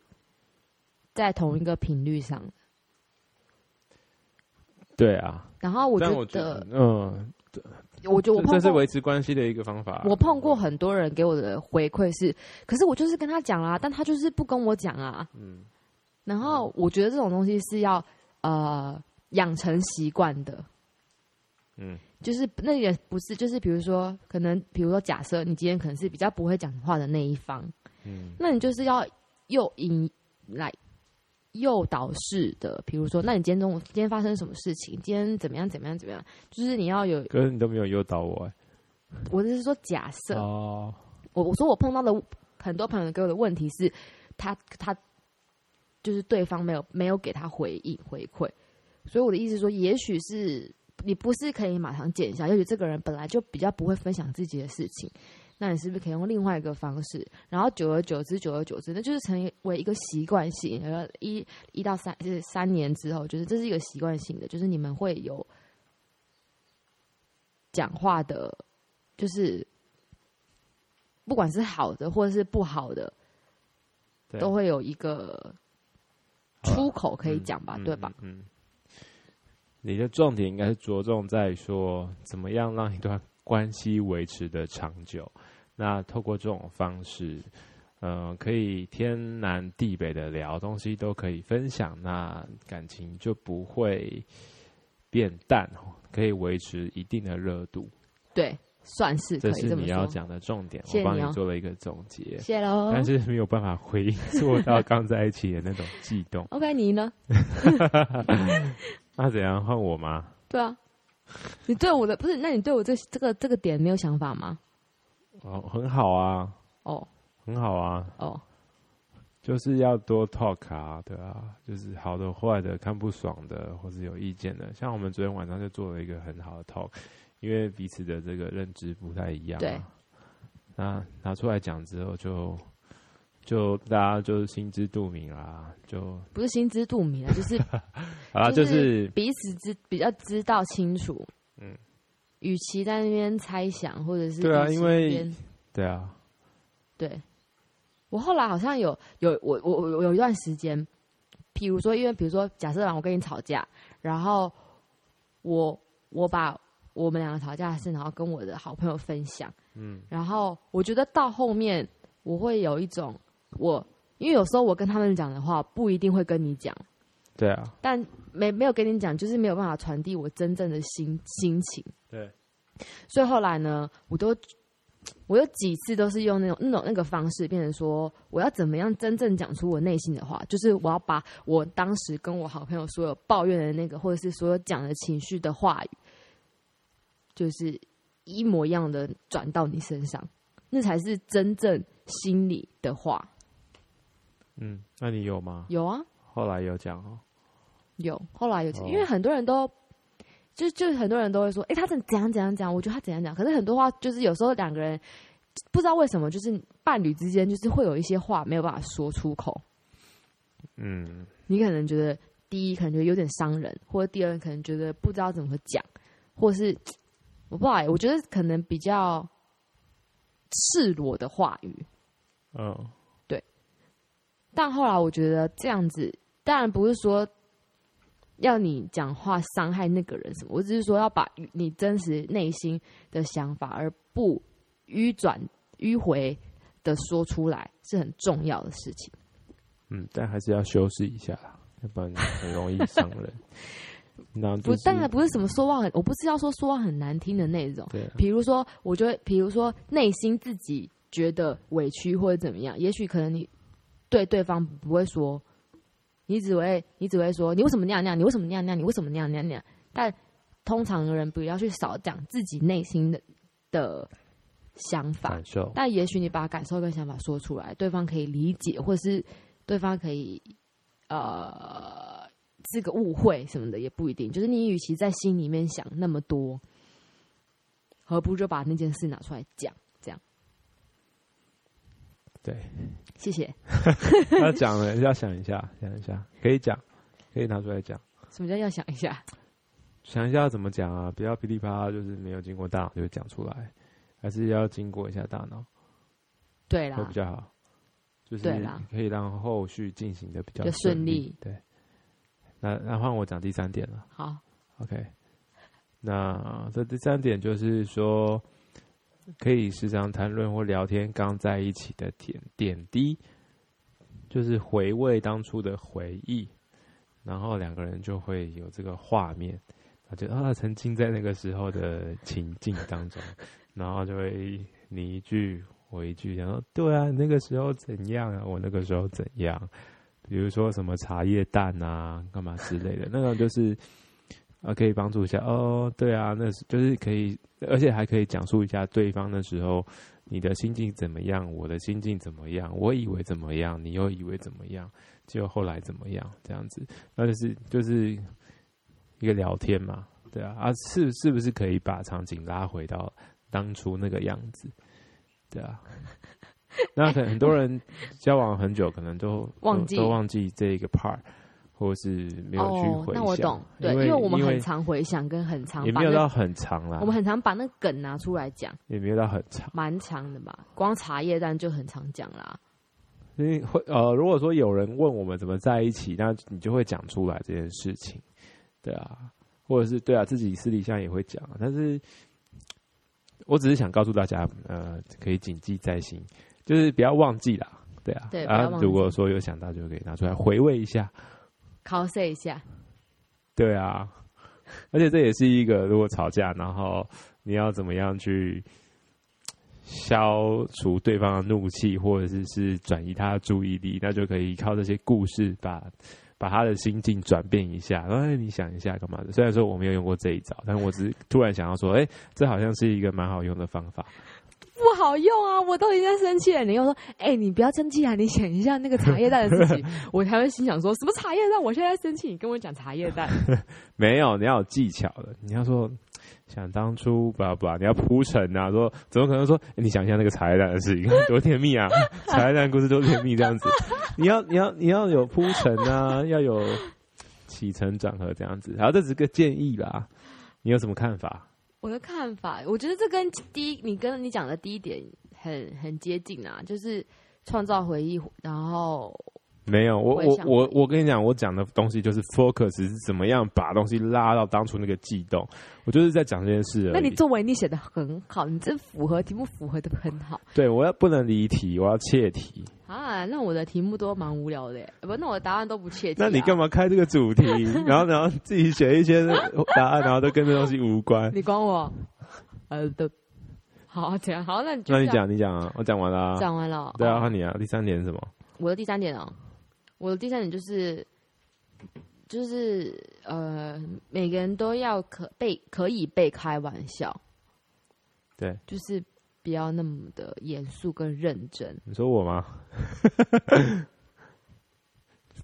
S2: 在同一个频率上。
S1: 对啊，
S2: 然后我
S1: 但
S2: 觉
S1: 我觉得
S2: 得，，
S1: 嗯，
S2: 我觉得我
S1: 这
S2: 碰
S1: 是
S2: 过
S1: 维持关系的一个方法。啊
S2: 我碰过，很多人给我的回馈是，可是我就是跟他讲啊啦，但他就是不跟我讲啊。
S1: 嗯，
S2: 然
S1: 哦
S2: 后我觉得这种东西是要呃养成习惯的，
S1: 嗯，
S2: 就是那也不是，就是比如说，可能比如说，假设你今天可能是比较不会讲话的那一方，
S1: 嗯，
S2: 那你就是要诱引来诱导式的，比如说，那你今天中午今天发生什么事情，今天怎么样怎么样怎么样，就是你要有，
S1: 可是你都没有诱导我、
S2: 我就是说假
S1: 哎
S2: 设，
S1: 哦，
S2: 我我说我碰到的很多朋友给我的问题是，他他就是对方没有没有给他回应回馈，所以我的意思是说，也许是你不是可以马上见一下，也许这个人本来就比较不会分享自己的事情，那你是不是可以用另外一个方式？然后久而久之，久而久之，那就是成为一个习惯性，然后一一到三就是三年之后，就是这是一个习惯性的，就是你们会有讲话的，就是不管是好的或者是不好的，
S1: 对
S2: 都会有一个
S1: 好啦
S2: 出口可以讲吧，
S1: 嗯
S2: 对吧？？
S1: 嗯，嗯你的重点应该是着重在说怎么样让一段关系维持的长久。那透过这种方式，呃，可以天南地北的聊东西都可以分享，那感情就不会变淡，哦可以维持一定的热度。
S2: 对，算是可
S1: 这
S2: 以
S1: 是
S2: 这么
S1: 你要
S2: 说。
S1: 讲的重点，
S2: 谢谢
S1: 我帮
S2: 你哦哦
S1: 你做了一个总结，
S2: 谢喽。
S1: 但是没有办法回应做到刚在一起的那种悸动。
S2: <laughs> OK，你呢？
S1: 那怎样换我吗？
S2: 对啊，你对我的不是？那你对我这这个这个点没有想法吗？
S1: 哦，很好啊，
S2: 哦
S1: 很好啊，
S2: 哦，
S1: 就是要多 talk 啊，对啊，就是好的、坏的、看不爽的，或是有意见的。像我们昨天晚上就做了一个很好的 talk，因为彼此的这个认知不太一样、啊，
S2: 对。
S1: 那拿出来讲之后就，就就大家就心知肚明啦，就
S2: 不是心知肚明啊，就是
S1: 好啦，就
S2: 就是
S1: 是
S2: 彼此知 <laughs> 比较知道清楚。嗯
S1: 嗯，
S2: 与其在那边猜想，或者是
S1: 对啊
S2: 彼此
S1: 因为
S2: 那边
S1: 对啊，
S2: 对，我后来好像有有我我我有一段时间，比如说因为比如说假设我跟你吵架，然后我我把我们两个吵架的事，然后跟我的好朋友分享，
S1: 嗯，
S2: 然后我觉得到后面我会有一种我因为有时候我跟他们讲的话不一定会跟你讲，
S1: 对啊，
S2: 但没没有跟你讲，就是没有办法传递我真正的心心情。
S1: 对，
S2: 所以后来呢，我都我有几次都是用那种那种那个方式，变成说我要怎么样真正讲出我内心的话，就是我要把我当时跟我好朋友所有抱怨的那个，或者是所有讲的情绪的话语，就是一模一样的转到你身上，那才是真正心里的话。
S1: 嗯，那你有吗？
S2: 有啊，
S1: 后来有讲哦，
S2: 有，后来有，
S1: 哦
S2: 因为很多人都，就就很多人都会说，哎、他怎怎样怎样怎样，我觉得他怎样怎样。可是很多话就是有时候两个人不知道为什么，就是伴侣之间就是会有一些话没有办法说出口。
S1: 嗯，
S2: 你可能觉得第一可能觉得有点伤人，或者第二可能觉得不知道怎么讲，或是我不知道、欸，我觉得可能比较赤裸的话语，
S1: 嗯，
S2: 但后来我觉得这样子，当然不是说要你讲话伤害那个人什么，我只是说要把你真实内心的想法，而不迂转迂回的说出来，是很重要的事情。
S1: 嗯，但还是要修饰一下啦，要不然很容易伤
S2: <laughs>
S1: 人。那就
S2: 不，
S1: 是
S2: 当然不是什么说话很，我不是要说说话很难听的那种。
S1: 对啊，
S2: 比如说，我就会，比如说内心自己觉得委屈或者怎么样，也许可能你对对方不会说，你只会你只会说你为什么那样那样，你为什么那样那样，你为什么那样那样那样。但通常的人不要去少讲自己内心的的想法
S1: 感，受，
S2: 但也许你把感受跟想法说出来，对方可以理解，或者是对方可以呃是个误会什么的也不一定。就是你与其在心里面想那么多，何不就把那件事拿出来讲？
S1: 对。
S2: 谢谢。
S1: 要讲了，要想一下，想一下，可以讲，可以拿出来讲，
S2: 什么叫要想一下？
S1: 想一下要怎么讲啊，不要噼里啪啦，就是没有经过大脑就讲出来，还是要经过一下大脑
S2: 对
S1: 会
S2: 啦
S1: 比，较好，就是
S2: 对啦
S1: 可以让后续进行的比较
S2: 比较顺利
S1: 利。对，那那换我讲第三点了。
S2: 好，
S1: OK，那这第三点就是说，可以时常谈论或聊天刚在一起的点点滴，就是回味当初的回忆，然后两个人就会有这个画面，他就啊曾经在那个时候的情境当中， <laughs> 然后就会你一句我一句，然后对啊，你那个时候怎样啊，我那个时候怎样。比如说什么茶叶蛋啊，干嘛之类的，那个就是啊，可以帮助一下哦。对啊，那是就是可以，而且还可以讲述一下对方的时候你的心境怎么样，我的心境怎么样，我以为怎么样，你又以为怎么样，结果后来怎么样，这样子，那就是就是一个聊天嘛，对啊，啊是是不是可以把场景拉回到当初那个样子？对
S2: <laughs>
S1: 啊，那可能很多人交往很久，可能都
S2: 忘记
S1: 都都忘记这一个 part。或是没有去
S2: 哦
S1: 回想，，
S2: 那我懂，对，
S1: 因
S2: 因为我们
S1: 因
S2: 很常回想跟很常
S1: 也
S2: 把
S1: 没有
S2: 那
S1: 到很长啦，
S2: 我们很常把那梗拿出来讲，
S1: 也没有到很长，
S2: 蛮长的吧？光茶叶蛋就很常讲啦。
S1: 因为会呃，如果说有人问我们怎么在一起，那你就会讲出来这件事情，对啊，或者是对啊，自己私底下也会讲，啊但是我只是想告诉大家，呃，可以谨记在心，就是不要忘记啦，对啊，
S2: 对不要
S1: 啊
S2: 忘，记
S1: 如果说有想到就可以拿出来回味一下，
S2: cos 一下，
S1: 对啊，而且这也是一个，如果吵架，然后你要怎么样去消除对方的怒气，或者是是转移他的注意力，那就可以靠这些故事把把他的心境转变一下。然后哎你想一下干嘛的？虽然说我没有用过这一招，但我只是突然想要说，哎、这好像是一个蛮好用的方法。
S2: 好用啊！我都已经在生气了，你又说，哎、你不要生气啊，你想一下那个茶叶蛋的事 <laughs> 情，我还会心想说什么茶叶蛋？我现在在生气，你跟我讲茶叶蛋，
S1: 没有，你要有技巧的，你要说想当初吧吧，你要铺陈啊，说怎么可能说、欸你想一下那个茶叶蛋的事情多甜蜜啊， <laughs> 茶叶蛋故事多甜蜜这样子，你要你要你要有铺陈啊，要有起承转合这样子，然后这只是个建议啦，你有什么看法？
S2: 我的看法，我觉得这跟第一，你跟你讲的第一点很很接近啊，就是创造回忆，然后
S1: 没有，我
S2: 我也
S1: 我
S2: 想
S1: 我我跟你讲，我讲的东西就是 focus 是怎么样把东西拉到当初那个悸动，我就是在讲这件事而已。
S2: 那你作文你写的很好，你这符合题目符合的很好
S1: 对我要不能离题，我要切题。
S2: 啊。那我的题目都蛮无聊的耶，不，那我的答案都不切题、
S1: <laughs>
S2: 啊
S1: 那你干
S2: 嘛？
S1: 嘛开这个主题？然后然后自己写一些答案，然后都跟这东西无关。
S2: 你管我？呃，都好，这样好，那 <laughs> 你就
S1: 那你
S2: 这样
S1: 讲，你讲啊，我讲完了、啊。
S2: 讲完了。
S1: 对啊，
S2: 哦
S1: 换你啊。第三点是什么？
S2: 我的第三点哦，我的第三点就是，就是呃，每个人都要可被可以被开玩笑，
S1: 对，
S2: 就是不要那么的严肃跟认真。
S1: 你说我吗？ <laughs>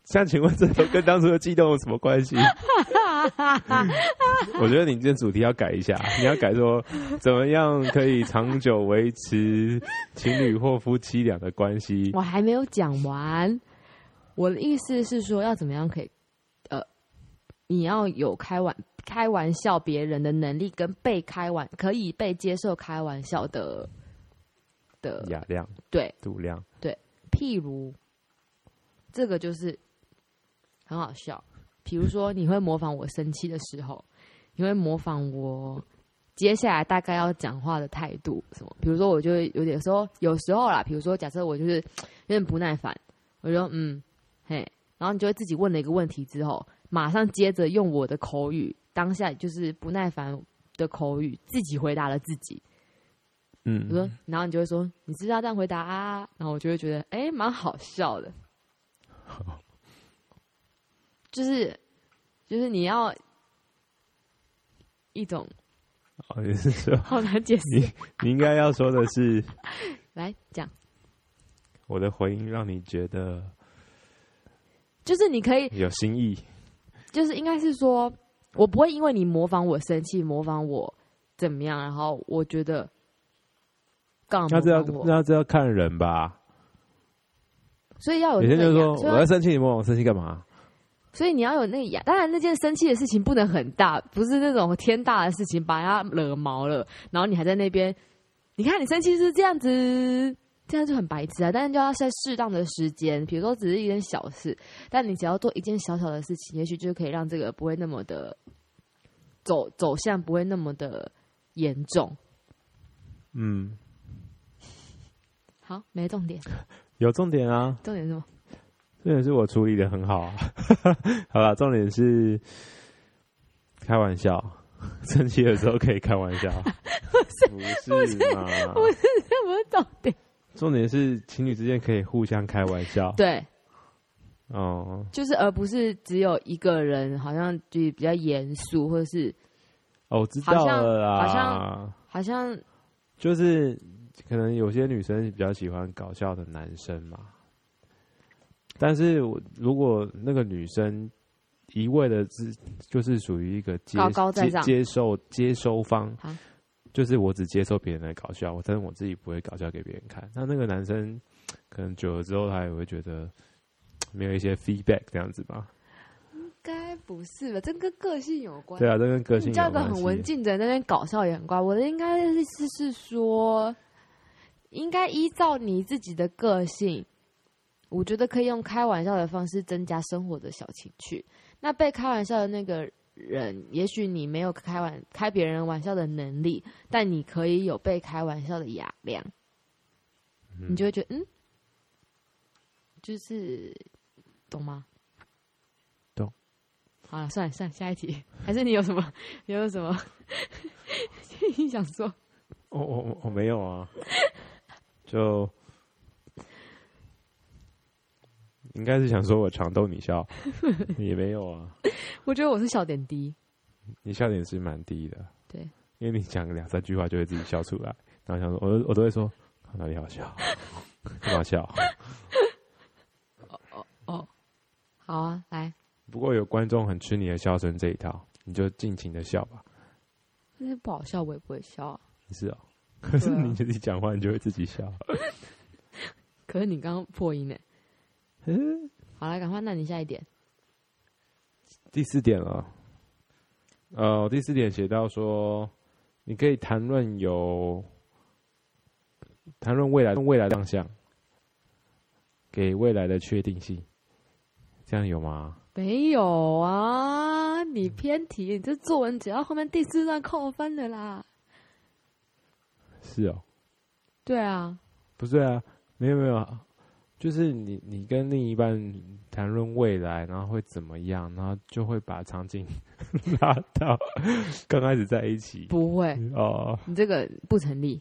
S1: 像请问这都跟当初的悸动有什么关系？ <laughs> 我觉得你这主题要改一下，你要改说怎么样可以长久维持情侣或夫妻俩的关系。
S2: 我还没有讲完，我的意思是说，要怎么样可以，呃，你要有开玩开玩笑别人的能力，跟被开玩可以被接受开玩笑的的
S1: 雅量、
S2: 对，
S1: 度量，
S2: 譬如，这个就是很好笑。比如说，你会模仿我生气的时候，你会模仿我接下来大概要讲话的态度什么。比如说，我就会有点说，有时候啦，比如说，假设我就是有点不耐烦，我就说嗯，嘿，然后你就会自己问了一个问题之后，马上接着用我的口语，当下就是不耐烦的口语，自己回答了自己。
S1: 嗯
S2: 我，说，然后你就会说，你知道这样回答啊，然后我就会觉得，哎、蛮好笑
S1: <laughs>
S2: 的，就是就是你要
S1: <laughs>
S2: 一种
S1: 哦，你是说
S2: 好难解
S1: 你
S2: 释，
S1: 你应该要说的是，
S2: 来讲，
S1: 我的回应让你觉得
S2: 就是你可以，
S1: 有新意。
S2: 就是应该是说，我不会因为你模仿我生气，模仿我怎么样，然后我觉得干嘛
S1: 那这要
S2: 模仿我，
S1: 那这要看人吧。
S2: 所以要有
S1: 有
S2: 那
S1: 些
S2: 个
S1: 人就
S2: 呀
S1: 说
S2: 所以
S1: 我要生气，你问我生气干嘛？
S2: 所以你要有那个雅，当然那件生气的事情不能很大，不是那种天大的事情，把人家惹毛了，然后你还在那边，你看你生气是这样子，这样就很白痴啊。但是就要在适当的时间，比如说只是一件小事，但你只要做一件小小的事情，也许就可以让这个不会那么的走走向不会那么的严重。
S1: 嗯，
S2: 好，没重点，
S1: 有重点啊，
S2: 重点是什么？
S1: 重点是我处理的很好、啊。 <laughs> 好了，重点是开玩笑，生气的时候可以开玩笑，不是嘛？
S2: 这不是重点。
S1: 重点是情侣之间可以互相开玩笑。
S2: 对，
S1: 哦
S2: 就是而不是只有一个人，好像就是比较严肃，或者是
S1: 哦，我知道了啦。
S2: 好像好像
S1: 就是可能有些女生比较喜欢搞笑的男生嘛，但是我如果那个女生一味的只就是属于一个接
S2: 高高在上
S1: 接接受接收方
S2: 好，
S1: 就是我只接受别人的搞笑，我但是我自己不会搞笑给别人看。那那个男生可能久了之后，他也会觉得没有一些 feedback 这样子吧？
S2: 该不是吧？这跟个性有关。
S1: 对啊，这跟个性有
S2: 你叫一
S1: 关
S2: 个很文
S1: 系。
S2: 静的人在那边搞笑也很怪。我的应该是是是说，应该依照你自己的个性，我觉得可以用开玩笑的方式增加生活的小情趣。那被开玩笑的那个人，也许你没有开玩开别人玩笑的能力，但你可以有被开玩笑的雅量，
S1: 嗯
S2: 你就会觉得嗯，就是懂吗？
S1: 懂。
S2: 好了，算了算了，下一题。还是你有什么？你有什么？ <laughs> 你想说？
S1: 我我我我哦没有啊，就应该是想说我常逗你
S2: <laughs>
S1: 笑，也没有啊，
S2: 我觉得我是小点滴，
S1: 你笑点是蛮低的，
S2: 对，
S1: 因为你讲两三句话就会自己笑出来，然后想说，我都我都会说啊哪里好笑，干嘛笑？
S2: 好啊，来，
S1: 不过有观众很吃你的笑声这一套，你就尽情的笑吧。
S2: 那些不好笑我也不会笑啊。
S1: 你是哦，可是
S2: 对啊
S1: 你自己讲话，你就会自己笑。
S2: 可是你刚刚破 <laughs> 音呢。好了，赶快，那你下一点。
S1: 第四点了，呃，我第四点写到说，你可以谈论有谈论未来未来的方向，给未来的确定性，这样有吗？
S2: 没有啊，你偏题，你这作文只要后面第四段扣分的啦。
S1: 是哦，
S2: 对啊，
S1: 不是啊，没有没有，就是你你跟另一半谈论未来，然后会怎么样，然后就会把场景 <laughs> 拉到刚开始在一起
S2: 不会，
S1: 哦，
S2: 你这个不成立。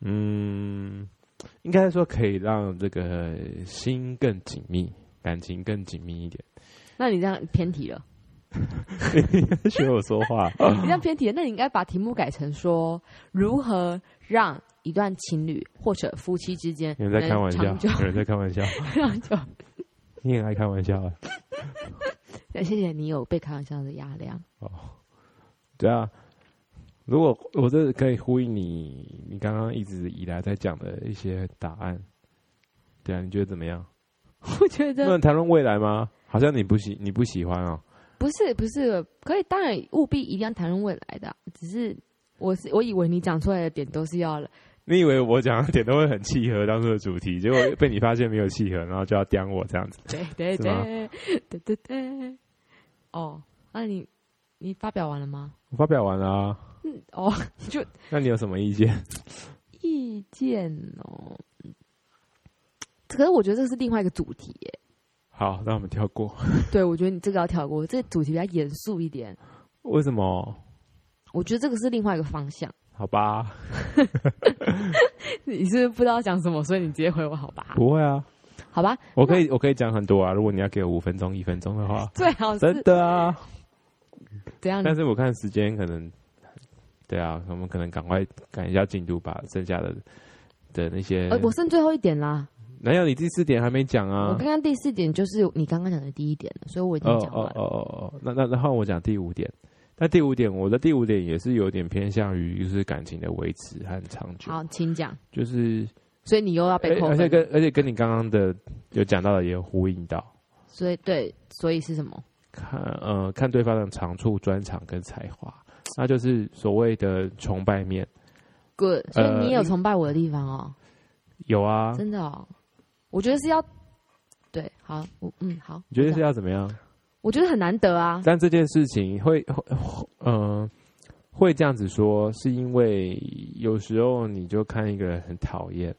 S1: 嗯，应该说可以让这个心更紧密，感情更紧密一点。 <laughs>
S2: 那你这样偏题了，
S1: 学我说话，
S2: 你这样偏题了，那你应该把题目改成说如何让一段情侣或者夫妻之间
S1: 有人在开玩笑
S2: 哎能长久， <laughs>
S1: 有人在开玩笑，
S2: 长久。
S1: 你也爱开玩笑啊？
S2: 对谢谢你有被开玩笑的压力啊。
S1: 哦，对啊。如果我这可以呼应你，你刚刚一直以来在讲的一些答案，对啊，你觉得怎么样？
S2: 我觉
S1: 不
S2: 得
S1: 能谈论未来吗？好像你不喜你不喜欢哦。
S2: 不是不是，可以当然务必一定要谈论未来的啊，只是我是我以为你讲出来的点都是要
S1: 你以为我讲的点都会很契合当初的主题，结果被你发现没有契合，然后就要刁我这样子。
S2: 对对
S1: 是吗
S2: 对对对对。哦，那你你发表完了吗？
S1: 我发表完了、啊，
S2: 嗯，哦，
S1: 那你有什么意见？
S2: 意见哦。可是我觉得这是另外一个主题耶，
S1: <laughs> 好，那我们跳过。
S2: 对我觉得你这个要跳过，这个主题比较严肃一点。
S1: 为什么？
S2: 我觉得这个是另外一个方向。 <laughs>
S1: 好吧，
S2: 你是不是不知道讲什么，所以你直接回我好吧？
S1: 不会啊，
S2: 好吧，，
S1: 我可以，我可以讲很多啊。如果你要给我五分钟、一分钟的话
S2: 最好
S1: 真
S2: 是
S1: 的啊。
S2: 怎样？
S1: 但是我看时间可能，对啊，我们可能赶快赶一下进度，把剩下的的那些
S2: 呃，，我剩最后一点啦。
S1: 哪有你第四点还没讲
S2: 我
S1: 啊
S2: 刚？刚第四点就是你刚刚讲的第一点了，所以我已经
S1: 哦
S2: 讲
S1: 哦
S2: 完了。
S1: 哦哦哦，那那然后我讲第五点。那第五点，我的第五点也是有点偏向于就是感情的维持和长久，
S2: 好，请讲。
S1: 就是
S2: 所以你又要被
S1: 而
S2: 扣
S1: 哎而
S2: 分
S1: 且
S2: 了，
S1: 跟而且跟你刚刚的有讲到的也有呼应到，
S2: 所以对，所以是什么？
S1: 看呃看对方的长处、专长跟才华，那就是所谓的崇拜面。
S2: good，所以你也有
S1: 呃
S2: 崇拜我的地方哦，
S1: 有啊，
S2: 真的哦。我觉得是要对，好，我嗯好，
S1: 你觉得是
S2: 我懂
S1: 要怎么样？
S2: 我觉得很难
S1: <laughs>
S2: 得啊，
S1: 但这件事情会会呃会这样子说，是因为有时候你就看一个人很讨厌，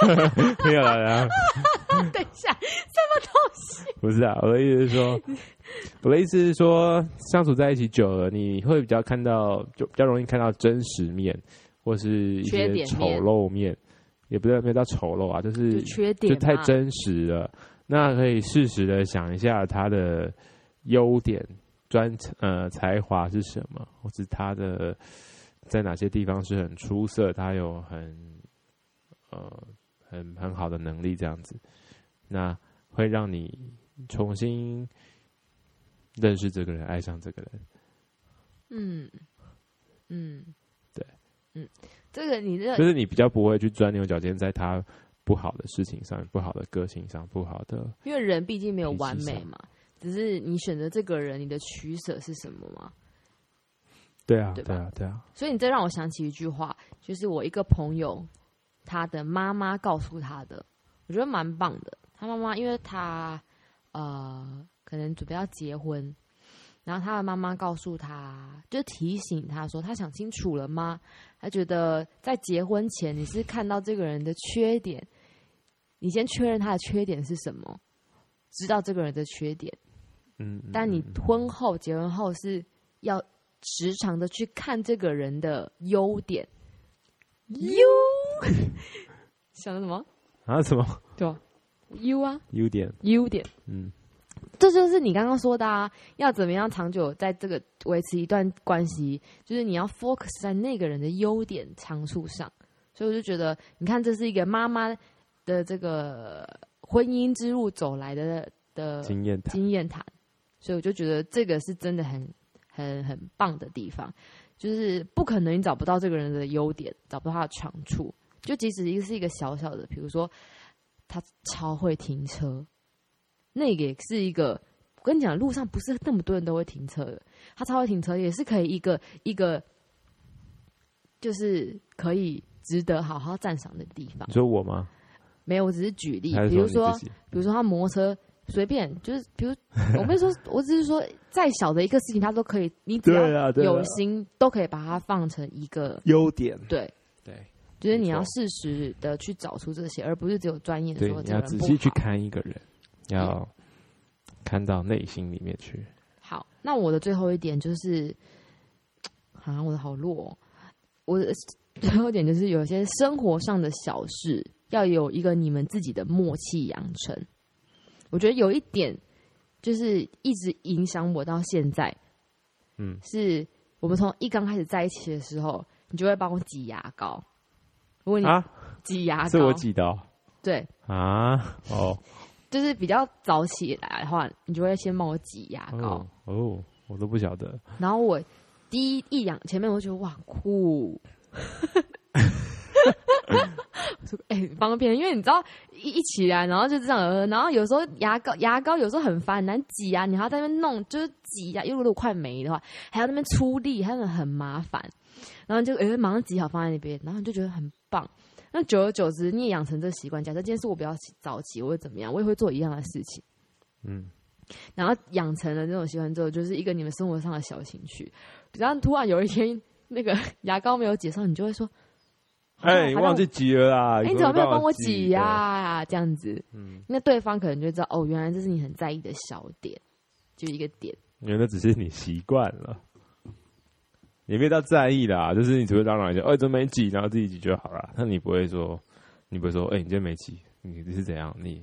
S1: <laughs> 没有啦，然后
S2: 等一下，
S1: 不是啊，我的意思是说，我的意思是说，相处在一起久了，你会比较看到，就比较容易看到真实面，或是一
S2: 缺
S1: 些
S2: 点
S1: 丑
S2: 面
S1: 陋面，也不是没有到丑陋啊，就是
S2: 就缺点
S1: 就太
S2: 嘛，
S1: 真实了。那可以适时的想一下他的优点、专呃才华是什么，或是他的在哪些地方是很出色，他有很呃很很好的能力这样子，那会让你重新认识这个人，爱上这个人。
S2: 嗯嗯，
S1: 对，
S2: 嗯，这个你这
S1: 就是你比较不会去钻牛角尖在他不好的事情上、不好的个性上、不好的
S2: 因为人毕竟没有
S1: 脾气
S2: 完美
S1: 上
S2: 嘛，只是你选择这个人，你的取舍是什么嘛？
S1: 对啊，
S2: 对吧
S1: 对啊，对啊。
S2: 所以你这让我想起一句话，就是我一个朋友，他的妈妈告诉他的，我觉得蛮棒的。他妈妈因为他呃，可能准备要结婚，然后他的妈妈告诉他，就提醒他说，他想清楚了吗？他觉得在结婚前，你是看到这个人的缺点，你先确认他的缺点是什么，知道这个人的缺点。
S1: 嗯，嗯
S2: 但你
S1: 嗯
S2: 婚后、结婚后是要时常的去看这个人的优点。优， <laughs> 想的什么？
S1: 啊什么
S2: 对吧？优啊，
S1: 优点？
S2: 优点，
S1: 嗯，
S2: 这就是你刚刚说的啊。要怎么样长久在这个维持一段关系，就是你要 focus 在那个人的优点长处上，所以我就觉得，你看，这是一个妈妈的这个婚姻之路走来的的
S1: 经验谈，
S2: 呃经验谈，所以我就觉得这个是真的很很很棒的地方，就是不可能你找不到这个人的优点，找不到他的长处，就即使一个是一个小小的，比如说他超会停车，那个也是一个。我跟你讲，路上不是那么多人都会停车的，他超会停车也是可以一个一个，就是可以值得好好赞赏的地方
S1: 你。说我吗？
S2: 没有，我只是举例，
S1: 还是
S2: 比如
S1: 说
S2: 说
S1: 你自己
S2: 比如说他摩托车随便，就是比如 <laughs> 我没有说，我只是说再小的一个事情，他都可以，你只
S1: 对
S2: 要
S1: 啊，对啊
S2: 有心，都可以把它放成一个
S1: 优点，
S2: 对，
S1: 对
S2: 就是你
S1: 没错
S2: 要适时的去找出这些，而不是只有钻研
S1: 对，
S2: 说
S1: 你
S2: 这
S1: 要
S2: 个人
S1: 仔
S2: 不
S1: 细去
S2: 好
S1: 看一个人，要看到内心里面去。
S2: 好，那我的最后一点就是，啊，我的好弱、哦。我的最后一点就是，有些生活上的小事要有一个你们自己的默契养成。我觉得有一点就是一直影响我到现在，
S1: 嗯，
S2: 是我们从一刚开始在一起的时候，你就会帮我挤牙膏。如果你
S1: 啊，
S2: 挤牙
S1: 是
S2: 膏，
S1: 我挤的哦
S2: 对，
S1: 啊，哦，
S2: 就是比较早起来的话，你就会先帮我挤牙膏。
S1: 哦，哦，我都不晓得，
S2: 然后我第一一仰前面，我就觉得哇酷。 <laughs> 我说哎、很方便，因为你知道一一起来，然后就这样，呃然后有时候牙膏牙膏有时候很烦，很难挤啊，你还要在那边弄，就是挤呀、啊，因为如果快没的话，还要那边出力，还有很麻烦。然后你就哎、马上挤好放在那边，然后你就觉得很棒。那久而久之，你也养成这个习惯。假设今天是我比较起早起，我会怎么样？我也会做一样的事情。
S1: 嗯，
S2: 然后养成了这种习惯之后，就是一个你们生活上的小情趣。然后突然有一天，那个牙膏没有挤上，你就会说：“
S1: 哎，
S2: 好像
S1: 忘记挤了啦，
S2: 哎，你怎么没有帮我挤呀、
S1: 对
S2: 这样子，
S1: 嗯，
S2: 那对方可能就知道哦，原来这是你很在意的小点，就一个点。
S1: 因为那只是你习惯了，也没有到在意啦，就是你只会嚷嚷一下，哦，怎么没挤，然后自己挤就好了。那你不会说，你不会说，哎、你今天没挤，你你是怎样？你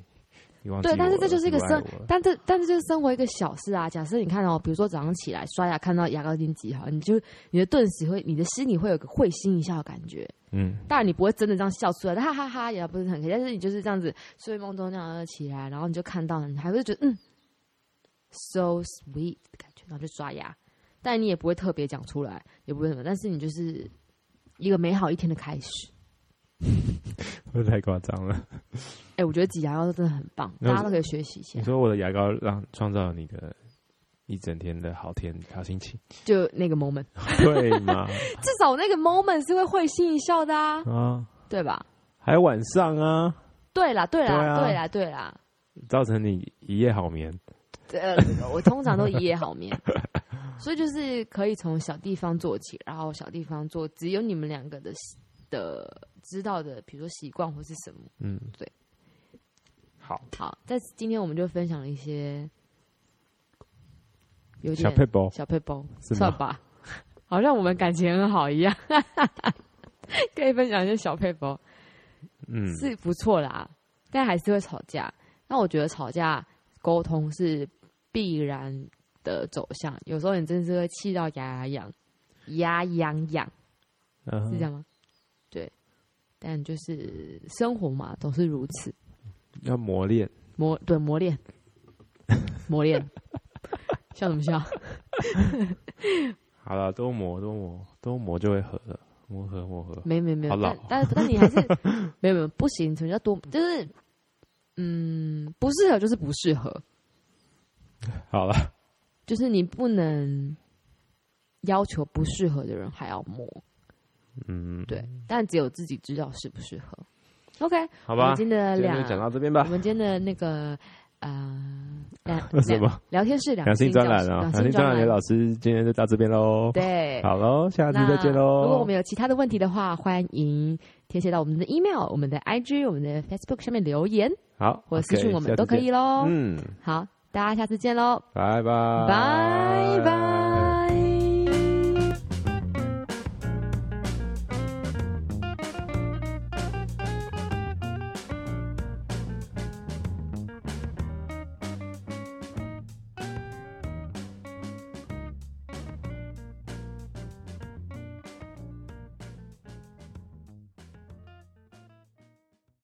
S1: 你忘记
S2: 对但是
S1: 我了
S2: 这就是一个
S1: 你不爱
S2: 生
S1: 我了
S2: 但这但是就是生活一个小事啊。假设你看哦，比如说早上起来刷牙看到牙膏已经挤好，你就你的顿时会你的心里会有个会心一笑的感觉。
S1: 嗯，
S2: 当然你不会真的这样笑出来，哈哈哈，也不是很开心，但是你就是这样子睡梦中那样呃起来，然后你就看到，你还会觉得嗯，so sweet 的感觉，然后就刷牙，但你也不会特别讲出来，也不会什么，但是你就是一个美好一天的开始。
S1: 会不会太夸张了。
S2: 哎、我觉得挤牙膏真的很棒，
S1: 那
S2: 大家都可以学习一下
S1: 你。说我的牙膏让创造了你的一整天的好天好心 <laughs> 情，
S2: 就那个 moment，
S1: 对吗？
S2: 至少那个 moment 是会会心一笑的啊，
S1: 啊，
S2: 对吧？
S1: <laughs> 还有晚上啊，
S2: 对啦，对啦，
S1: 对啊
S2: 对啦，对啦。
S1: 造成你一夜好眠。
S2: 呃，我通常都一夜好眠，所以就是可以从小地方做起，然后小地方做，只有你们两个的习的知道的，比如说习惯或是什么。
S1: 嗯，
S2: 对。
S1: 好，
S2: 好，在今天我们就分享了一些有
S1: 小
S2: 点
S1: 佩宝，
S2: 小配包，
S1: 是吗
S2: 算吧， <laughs> 好像我们感情很好一样， <laughs> 可以分享一些小配包。
S1: 嗯，
S2: 是不错啦，但还是会吵架。那我觉得吵架沟通是必然的走向，有时候你真是会气到牙痒痒，牙痒痒，
S1: 嗯
S2: 是这样吗？对，但就是生活嘛，总是如此
S1: 嗯要磨练。
S2: 磨对磨练磨练， <laughs> 笑什么笑？
S1: 好了，多磨多磨多磨就会合了，磨合磨合。
S2: 没没没
S1: 好
S2: 有，
S1: 老哦
S2: 但但但你还是没有没有不行，什么叫多？就是嗯，不适合就是不适合，
S1: 好了，
S2: 就是你不能要求不适合的人还要摸，
S1: 嗯，
S2: 对，，但只有自己知道适不适合。OK，
S1: 嗯好
S2: 好
S1: 吧，今
S2: 今天的
S1: 天
S2: 两
S1: 就讲到这边
S2: 我
S1: 吧。
S2: 们今天的那个
S1: <laughs>
S2: 呃两
S1: 什
S2: 两
S1: 么
S2: 聊天室两
S1: 两性专栏
S2: 教室
S1: 啊？
S2: 两
S1: 两性专栏刘老
S2: 师
S1: 师今天就到这边喽。
S2: 对，
S1: 好喽，下次
S2: 那
S1: 再见喽。
S2: 如果我们有其他的问题的话，欢迎填写到我们的 email、我们的 IG、我们的 Facebook 上面留言，
S1: 好，
S2: 或者私
S1: OK，
S2: 信我们
S1: 下次
S2: 都可哦
S1: 见
S2: 以。喽。
S1: 嗯，
S2: 好，大家下次见喽，
S1: 拜拜，
S2: 拜拜。